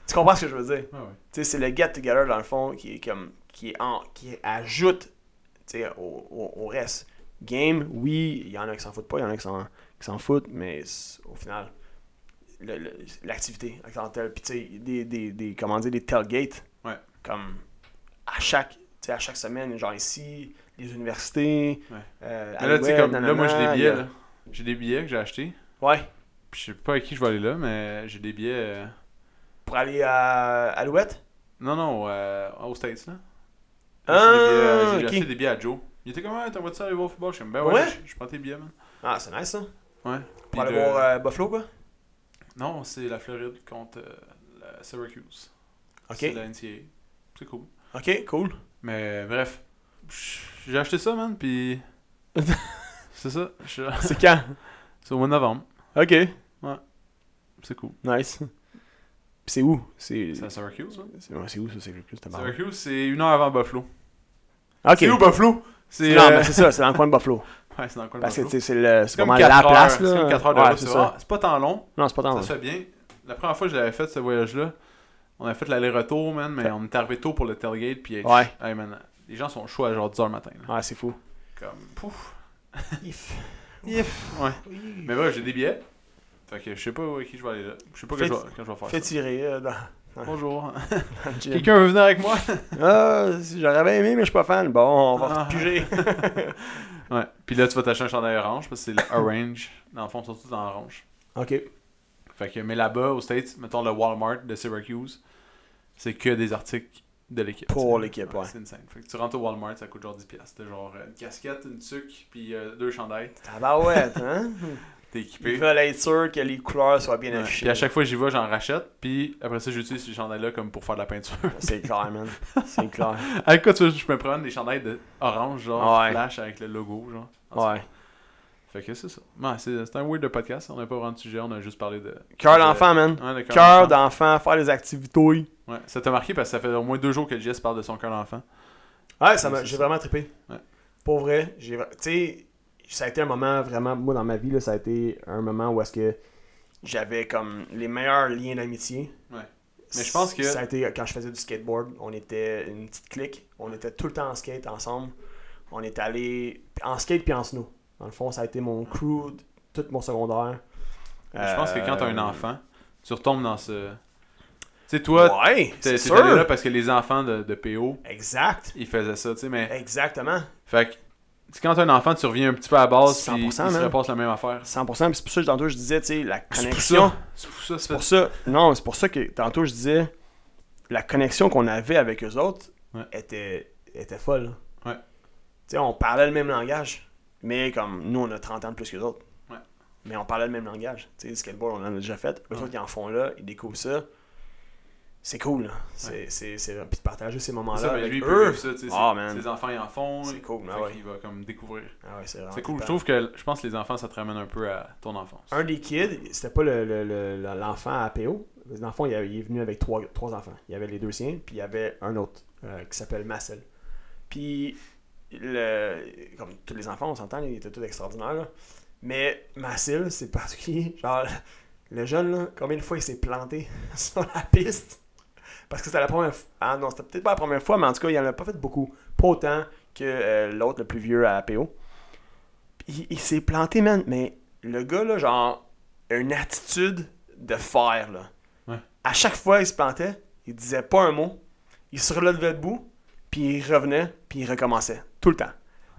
[SPEAKER 2] tu comprends ce que je veux dire.
[SPEAKER 1] Ouais, ouais.
[SPEAKER 2] Tu sais, c'est le get together, dans le fond, qui est comme. qui, est en, qui ajoute tu sais, au, au- au reste. Game, oui, il y en a qui s'en foutent pas, il y en a qui s'en, qui s'en foutent, mais c'est- au final, le- le- l'activité, la clientèle, puis tu sais, des, des, des, comment dire, des tailgates.
[SPEAKER 1] Ouais.
[SPEAKER 2] comme à chaque tu sais, à chaque semaine genre ici les universités
[SPEAKER 1] Ouais.
[SPEAKER 2] euh,
[SPEAKER 1] Mais là, tu sais,
[SPEAKER 2] Alouette,
[SPEAKER 1] comme là, moi, j'ai des
[SPEAKER 2] nanana,
[SPEAKER 1] billets.
[SPEAKER 2] il y a-
[SPEAKER 1] là. J'ai des billets que j'ai achetés.
[SPEAKER 2] ouais
[SPEAKER 1] Puis je sais pas à qui je vais aller là, mais j'ai des billets. euh,
[SPEAKER 2] pour aller à Alouette
[SPEAKER 1] Non, non, euh, aux States, là.
[SPEAKER 2] Ah,
[SPEAKER 1] J'ai des billets- j'ai
[SPEAKER 2] ok.
[SPEAKER 1] acheté des billets à Joe. Il était comme, ah, t'aimerais-tu ça aller voir au football? Je suis comme, ben ouais,
[SPEAKER 2] Ouais?
[SPEAKER 1] Je, je prends tes billets, man.
[SPEAKER 2] ah c'est nice ça
[SPEAKER 1] Ouais. Puis
[SPEAKER 2] pour aller
[SPEAKER 1] le-
[SPEAKER 2] voir euh, Buffalo quoi
[SPEAKER 1] Non, c'est la Floride contre euh, la Syracuse.
[SPEAKER 2] ok
[SPEAKER 1] C'est la NCAA. C'est cool.
[SPEAKER 2] ok cool
[SPEAKER 1] Mais bref, j- j'ai acheté ça, man, puis. c'est ça. Je-
[SPEAKER 2] c'est quand
[SPEAKER 1] C'est au mois de novembre.
[SPEAKER 2] ok
[SPEAKER 1] C'est cool.
[SPEAKER 2] nice Puis c'est où c'est
[SPEAKER 1] C'est à Syracuse, hein?
[SPEAKER 2] c'est ouais, c'est où ça c'est le plus t'as marre.
[SPEAKER 1] Syracuse, c'est une heure avant Buffalo.
[SPEAKER 2] ok
[SPEAKER 1] C'est où Buffalo? C'est.
[SPEAKER 2] non
[SPEAKER 1] euh,
[SPEAKER 2] mais c'est ça c'est dans le coin de Buffalo
[SPEAKER 1] Ouais, c'est dans le coin de
[SPEAKER 2] parce que tu
[SPEAKER 1] Buffalo.
[SPEAKER 2] sais, c'est le c'est
[SPEAKER 1] comme 4
[SPEAKER 2] vraiment la
[SPEAKER 1] heures,
[SPEAKER 2] place là
[SPEAKER 1] C'est comme 4 heures de
[SPEAKER 2] Ouais,
[SPEAKER 1] route,
[SPEAKER 2] c'est
[SPEAKER 1] ça.
[SPEAKER 2] ça
[SPEAKER 1] Ah, C'est pas tant long,
[SPEAKER 2] non c'est pas tant
[SPEAKER 1] ça se fait bien. La première fois que je l'avais fait, ce voyage-là, on avait fait l'aller-retour, man, mais
[SPEAKER 2] Ouais.
[SPEAKER 1] on est arrivé tôt pour le tailgate, puis
[SPEAKER 2] Ouais.
[SPEAKER 1] hey, man, les gens sont chauds à genre 10h le matin. là.
[SPEAKER 2] ouais c'est fou
[SPEAKER 1] Comme, pouf. Ouais. Mais bref, j'ai des billets. Fait que je sais pas où- avec qui je vais aller là. Je sais pas
[SPEAKER 2] Fais-
[SPEAKER 1] quand je vais- quand je vais faire
[SPEAKER 2] fais
[SPEAKER 1] ça.
[SPEAKER 2] tirer euh, dans
[SPEAKER 1] Bonjour.
[SPEAKER 2] dans le gym.
[SPEAKER 1] Quelqu'un veut venir avec moi?
[SPEAKER 2] Ah, si, j'aurais bien aimé, mais je suis pas fan. Bon, on va
[SPEAKER 1] Ah.
[SPEAKER 2] piger.
[SPEAKER 1] ouais. Puis là, tu vas t'acheter un chandail orange parce que c'est le orange. Dans le fond, ils sont tous en orange.
[SPEAKER 2] ok.
[SPEAKER 1] Fait que, mais là-bas, aux States, mettons le Walmart de Syracuse, c'est que des articles de l'équipe.
[SPEAKER 2] Pour
[SPEAKER 1] tu sais.
[SPEAKER 2] l'équipe, ouais.
[SPEAKER 1] C'est une scène. Fait que tu rentres au Walmart, ça coûte genre 10$. piastres. T'as genre euh, une casquette, une tuque, puis euh, deux chandails.
[SPEAKER 2] Tabarouette, hein?
[SPEAKER 1] T'es
[SPEAKER 2] Ils
[SPEAKER 1] équipé.
[SPEAKER 2] veulent être sûrs que les couleurs soient bien
[SPEAKER 1] Ouais.
[SPEAKER 2] affichées.
[SPEAKER 1] Puis à chaque fois, j'y vais, j'en rachète. Puis après ça, j'utilise ces chandails-là comme pour faire de la peinture.
[SPEAKER 2] C'est clair, man. C'est clair.
[SPEAKER 1] avec quoi tu veux que je me prenne des chandails de orange, genre
[SPEAKER 2] Ouais.
[SPEAKER 1] flash avec le logo, genre. En tout cas.
[SPEAKER 2] Ouais.
[SPEAKER 1] Fait que c'est ça. Ouais, c'est c'est un weird de podcast. On n'a pas vraiment de sujet, on a juste parlé de.
[SPEAKER 2] Cœur
[SPEAKER 1] de-
[SPEAKER 2] d'enfant, man.
[SPEAKER 1] Ouais, de cœur
[SPEAKER 2] Cœur
[SPEAKER 1] d'enfant.
[SPEAKER 2] d'enfant, faire des activités.
[SPEAKER 1] Ouais, ça t'a marqué parce que ça fait au moins deux jours que Jess parle de son cœur d'enfant.
[SPEAKER 2] Ouais, ça m'a-
[SPEAKER 1] C'est
[SPEAKER 2] j'ai
[SPEAKER 1] ça.
[SPEAKER 2] vraiment trippé.
[SPEAKER 1] Ouais.
[SPEAKER 2] Pour vrai, j'ai vra- tu sais, ça a été un moment vraiment moi dans ma vie là, ça a été un moment où est-ce que j'avais comme les meilleurs liens d'amitié.
[SPEAKER 1] Ouais. Mais je pense que-
[SPEAKER 2] ça a été quand je faisais du skateboard, on était une petite clique, on était tout le temps en skate ensemble. On est allé en skate puis en snow. Dans le fond, ça a été mon crew de- tout mon secondaire.
[SPEAKER 1] Je pense que quand t'as un
[SPEAKER 2] Euh,
[SPEAKER 1] enfant, tu retombes dans ce. Tu sais, toi,
[SPEAKER 2] ouais,
[SPEAKER 1] t'es
[SPEAKER 2] c'est
[SPEAKER 1] t'es allé là
[SPEAKER 2] sûr.
[SPEAKER 1] parce que les enfants de, de PO,
[SPEAKER 2] Exact.
[SPEAKER 1] ils faisaient ça, tu sais, mais.
[SPEAKER 2] Exactement.
[SPEAKER 1] Fait que, tu sais, quand t'as un enfant, tu reviens un petit peu à la base, puis
[SPEAKER 2] 100%,
[SPEAKER 1] ils se
[SPEAKER 2] man.
[SPEAKER 1] repassent la même affaire.
[SPEAKER 2] 100% puis c'est pour ça que tantôt je disais tu sais la
[SPEAKER 1] C'est pour
[SPEAKER 2] connexion
[SPEAKER 1] ça. C'est pour ça, c'est
[SPEAKER 2] C'est pour
[SPEAKER 1] pour ça.
[SPEAKER 2] ça. Non, c'est pour ça que tantôt je disais la connexion qu'on avait avec eux autres
[SPEAKER 1] Ouais.
[SPEAKER 2] était, était folle. là.
[SPEAKER 1] Ouais.
[SPEAKER 2] Tu sais, on parlait le même langage, mais comme nous, on a 30 ans de plus que les autres.
[SPEAKER 1] Ouais.
[SPEAKER 2] Mais on parlait le même langage. Tu sais, le skateboard, on en a déjà fait. Eux
[SPEAKER 1] Ouais.
[SPEAKER 2] autres, ils en font là, ils découvrent ça. C'est cool. là. C'est, c'est, c'est, Puis de partager ces
[SPEAKER 1] C'est
[SPEAKER 2] moments-là
[SPEAKER 1] ça, mais
[SPEAKER 2] avec
[SPEAKER 1] lui, il peut
[SPEAKER 2] eux.
[SPEAKER 1] vivre ça, tu sais.
[SPEAKER 2] Ah,
[SPEAKER 1] ses-
[SPEAKER 2] man.
[SPEAKER 1] Ses enfants, ils en font.
[SPEAKER 2] C'est cool, mais
[SPEAKER 1] fait
[SPEAKER 2] ouais.
[SPEAKER 1] qu'il va comme découvrir.
[SPEAKER 2] Ah ouais, c'est vraiment
[SPEAKER 1] C'est cool. Je
[SPEAKER 2] trippant.
[SPEAKER 1] trouve que je pense que les enfants, ça te ramène un peu à ton enfance.
[SPEAKER 2] Un des kids, c'était pas le- le- le- le- l'enfant à PO. Dans le fond, il, avait- il est venu avec trois, trois enfants. Il y avait les deux siens, puis il y avait un autre euh, qui s'appelle Marcel. Puis, le, comme tous les enfants, on s'entend, ils étaient tous extraordinaires. là. Mais Marcel, c'est particulier. Genre, le jeune, là, combien de fois il s'est planté sur la piste Parce que c'était la première fois. Ah non, c'était peut-être pas la première fois, mais en tout cas, il en a pas fait beaucoup. Pas autant que euh, l'autre, le plus vieux à APO. Il, il s'est planté, man. Mais le gars, là, genre, une attitude de fer, là.
[SPEAKER 1] Ouais.
[SPEAKER 2] À chaque fois, il se plantait, il disait pas un mot, il se relevait debout, puis il revenait, puis il recommençait. Tout le temps.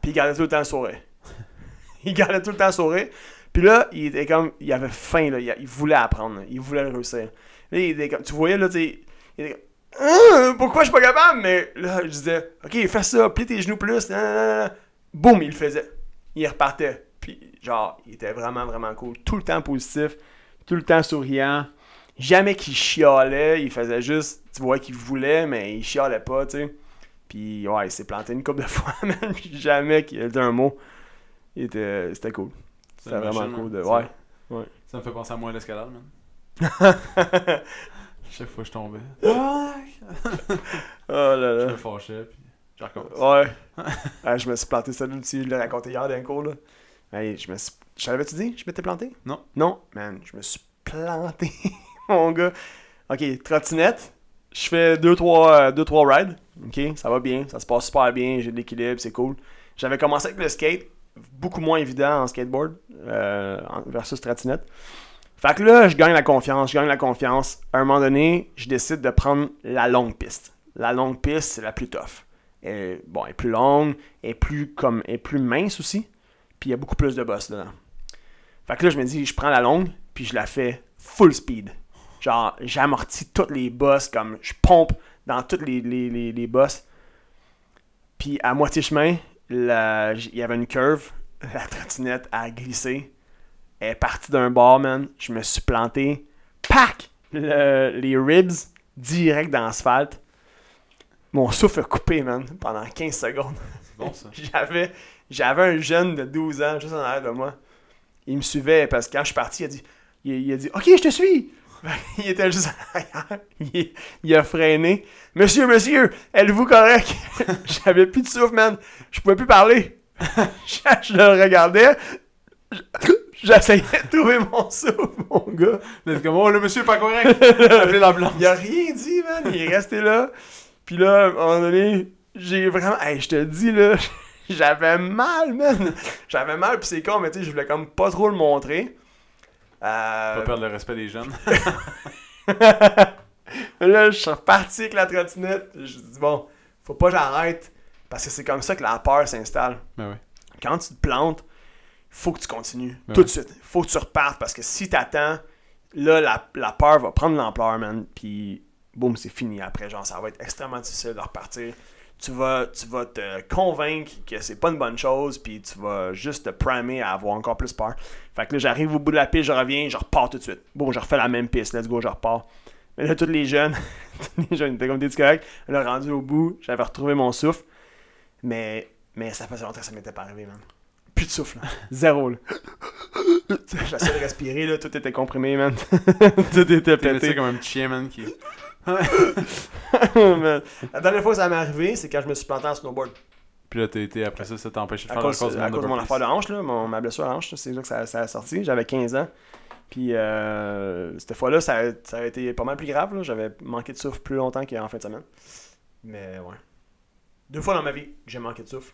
[SPEAKER 2] Puis il gardait tout le temps le sourire. il gardait tout le temps le sourire. Puis là, il était comme, il avait faim, là. Il, il voulait apprendre, là. il voulait le réussir. Là, il était comme, tu voyais, là, tu sais, il était comme, Ah, pourquoi je suis pas capable? Mais là, je disais, ok, fais ça, plie tes genoux plus, nan, nan, nan, nan. boum, il le faisait. Il repartait. Puis, genre, il était vraiment, vraiment cool. Tout le temps positif, tout le temps souriant. Jamais qu'il chialait, il faisait juste, tu vois qu'il voulait, mais il chialait pas, tu sais. Puis, ouais, il s'est planté une couple de fois, même, puis jamais qu'il a dit un mot. Il était- C'était cool. C'était vraiment
[SPEAKER 1] machine,
[SPEAKER 2] cool de.
[SPEAKER 1] hein.
[SPEAKER 2] Ouais.
[SPEAKER 1] Ça me fait penser à moi à l'escalade, man. Chaque fois que je tombais,
[SPEAKER 2] Oh là
[SPEAKER 1] je
[SPEAKER 2] là.
[SPEAKER 1] me fâchais, puis je recommence.
[SPEAKER 2] Ouais. Ah, je me suis planté ça aussi, je l'ai raconté hier d'un cours là. Hey, je me suis. Je l'avais-tu dit? Je m'étais planté?
[SPEAKER 1] Non.
[SPEAKER 2] Non, man, je me suis planté, mon gars. Ok, trottinette. Je fais 2-3 deux, trois, euh, deux, trois rides. Ok, ça va bien, ça se passe super bien, j'ai de l'équilibre, c'est cool. J'avais commencé avec le skate, beaucoup moins évident en skateboard euh, en- versus trottinette. Fait que là, je gagne la confiance, je gagne la confiance. À un moment donné, je décide de prendre la longue piste. La longue piste, c'est la plus tough. Elle, Euh, bon, elle est plus longue, elle est plus, comme, elle est plus mince aussi, puis il y a beaucoup plus de boss dedans. Fait que là, je me dis, je prends la longue, puis je la fais full speed. Genre, j'amortis toutes les bosses, comme je pompe dans toutes les, les, les, les bosses. Puis à moitié chemin, la- j- il y avait une curve, la trottinette a glissé. Elle est partie d'un bord, man. Je me suis planté. Pac! Le- les ribs direct dans l'asphalte. Mon souffle a coupé, man, pendant 15 secondes.
[SPEAKER 1] C'est bon, ça.
[SPEAKER 2] J'avais, j'avais un jeune de 12 ans juste en arrière de moi. Il me suivait parce que quand je suis parti, il a dit, il, il a dit Ok, je te suis. Il était juste en arrière. Il, il a freiné. Monsieur, monsieur, êtes-vous correct J'avais plus de souffle, man. Je pouvais plus parler. je, je le regardais. Je- J'essayais de trouver mon souffle, mon gars.
[SPEAKER 1] Let's go. Oh, le monsieur est pas correct. Appelez l'ambulance.
[SPEAKER 2] Il a rien dit, man. Il est resté là. Puis là, à un moment donné, j'ai vraiment. Hey, je te le dis, là, j'avais mal, man. J'avais mal, puis c'est con, mais tu sais, je voulais comme pas trop le montrer.
[SPEAKER 1] Pas
[SPEAKER 2] Euh,
[SPEAKER 1] perdre le respect des jeunes.
[SPEAKER 2] là, je suis reparti avec la trottinette. Je dis, bon, faut pas que j'arrête. Parce que c'est comme ça que la peur s'installe.
[SPEAKER 1] Ben oui.
[SPEAKER 2] quand tu te plantes, faut que tu continues.
[SPEAKER 1] Ben
[SPEAKER 2] tout de
[SPEAKER 1] ouais.
[SPEAKER 2] suite. faut que tu repartes parce que si t'attends, là, la, la peur va prendre l'ampleur, man. Puis, boum, c'est fini après. Genre, ça va être extrêmement difficile de repartir. Tu vas, tu vas te convaincre que c'est pas une bonne chose, puis tu vas juste te primer à avoir encore plus peur. Fait que là, j'arrive au bout de la piste, je reviens, je repars tout de suite. Bon, je refais la même piste, let's go, je repars. Mais là, tous les jeunes, tous les jeunes étaient comme des petits corrects. Là, rendu au bout, j'avais retrouvé mon souffle. Mais, mais ça faisait longtemps que ça m'était pas arrivé, man. Plus de souffle. hein. là. Zéro, là. J'essayais de respirer, là. Tout était comprimé, man. tout était
[SPEAKER 1] T'es laissé
[SPEAKER 2] pété.
[SPEAKER 1] comme un petit chien, man, qui.
[SPEAKER 2] man. La dernière fois que ça m'est arrivé, c'est quand je me suis planté en snowboard.
[SPEAKER 1] Puis là, t'as été, après ça, ça t'a empêché de
[SPEAKER 2] À
[SPEAKER 1] faire
[SPEAKER 2] cause,
[SPEAKER 1] la course du
[SPEAKER 2] à
[SPEAKER 1] monde
[SPEAKER 2] cause de mon
[SPEAKER 1] burpees.
[SPEAKER 2] affaire de hanche, là, mon- ma blessure à hanche, là, c'est là que ça, ça a sorti. J'avais 15 ans. Puis euh, cette fois-là, ça, a- ça a été pas mal plus grave. là. J'avais manqué de souffle plus longtemps qu'en fin de semaine. Mais ouais. Deux fois dans ma vie, j'ai manqué de souffle.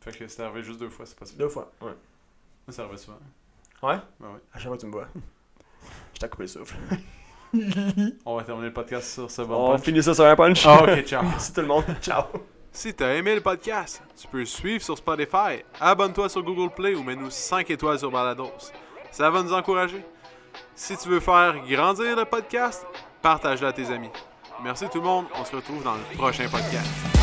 [SPEAKER 1] Fait que c'est arrivé juste deux fois, c'est possible.
[SPEAKER 2] Deux fois. Ouais.
[SPEAKER 1] Moi, ça arrive souvent.
[SPEAKER 2] Ouais?
[SPEAKER 1] Ben oui.
[SPEAKER 2] À chaque fois que tu me vois. Je t'ai coupé le souffle.
[SPEAKER 1] On va terminer le podcast sur ce bon
[SPEAKER 2] On
[SPEAKER 1] punch.
[SPEAKER 2] finit ça sur un punch.
[SPEAKER 1] Ah, ok, ciao.
[SPEAKER 2] Merci tout le monde. Ciao.
[SPEAKER 1] Si t'as aimé le podcast, tu peux le suivre sur Spotify, abonne-toi sur Google Play ou mets-nous 5 étoiles sur Balados. Ça va nous encourager. Si tu veux faire grandir le podcast, partage-le à tes amis. Merci tout le monde, on se retrouve dans le prochain podcast.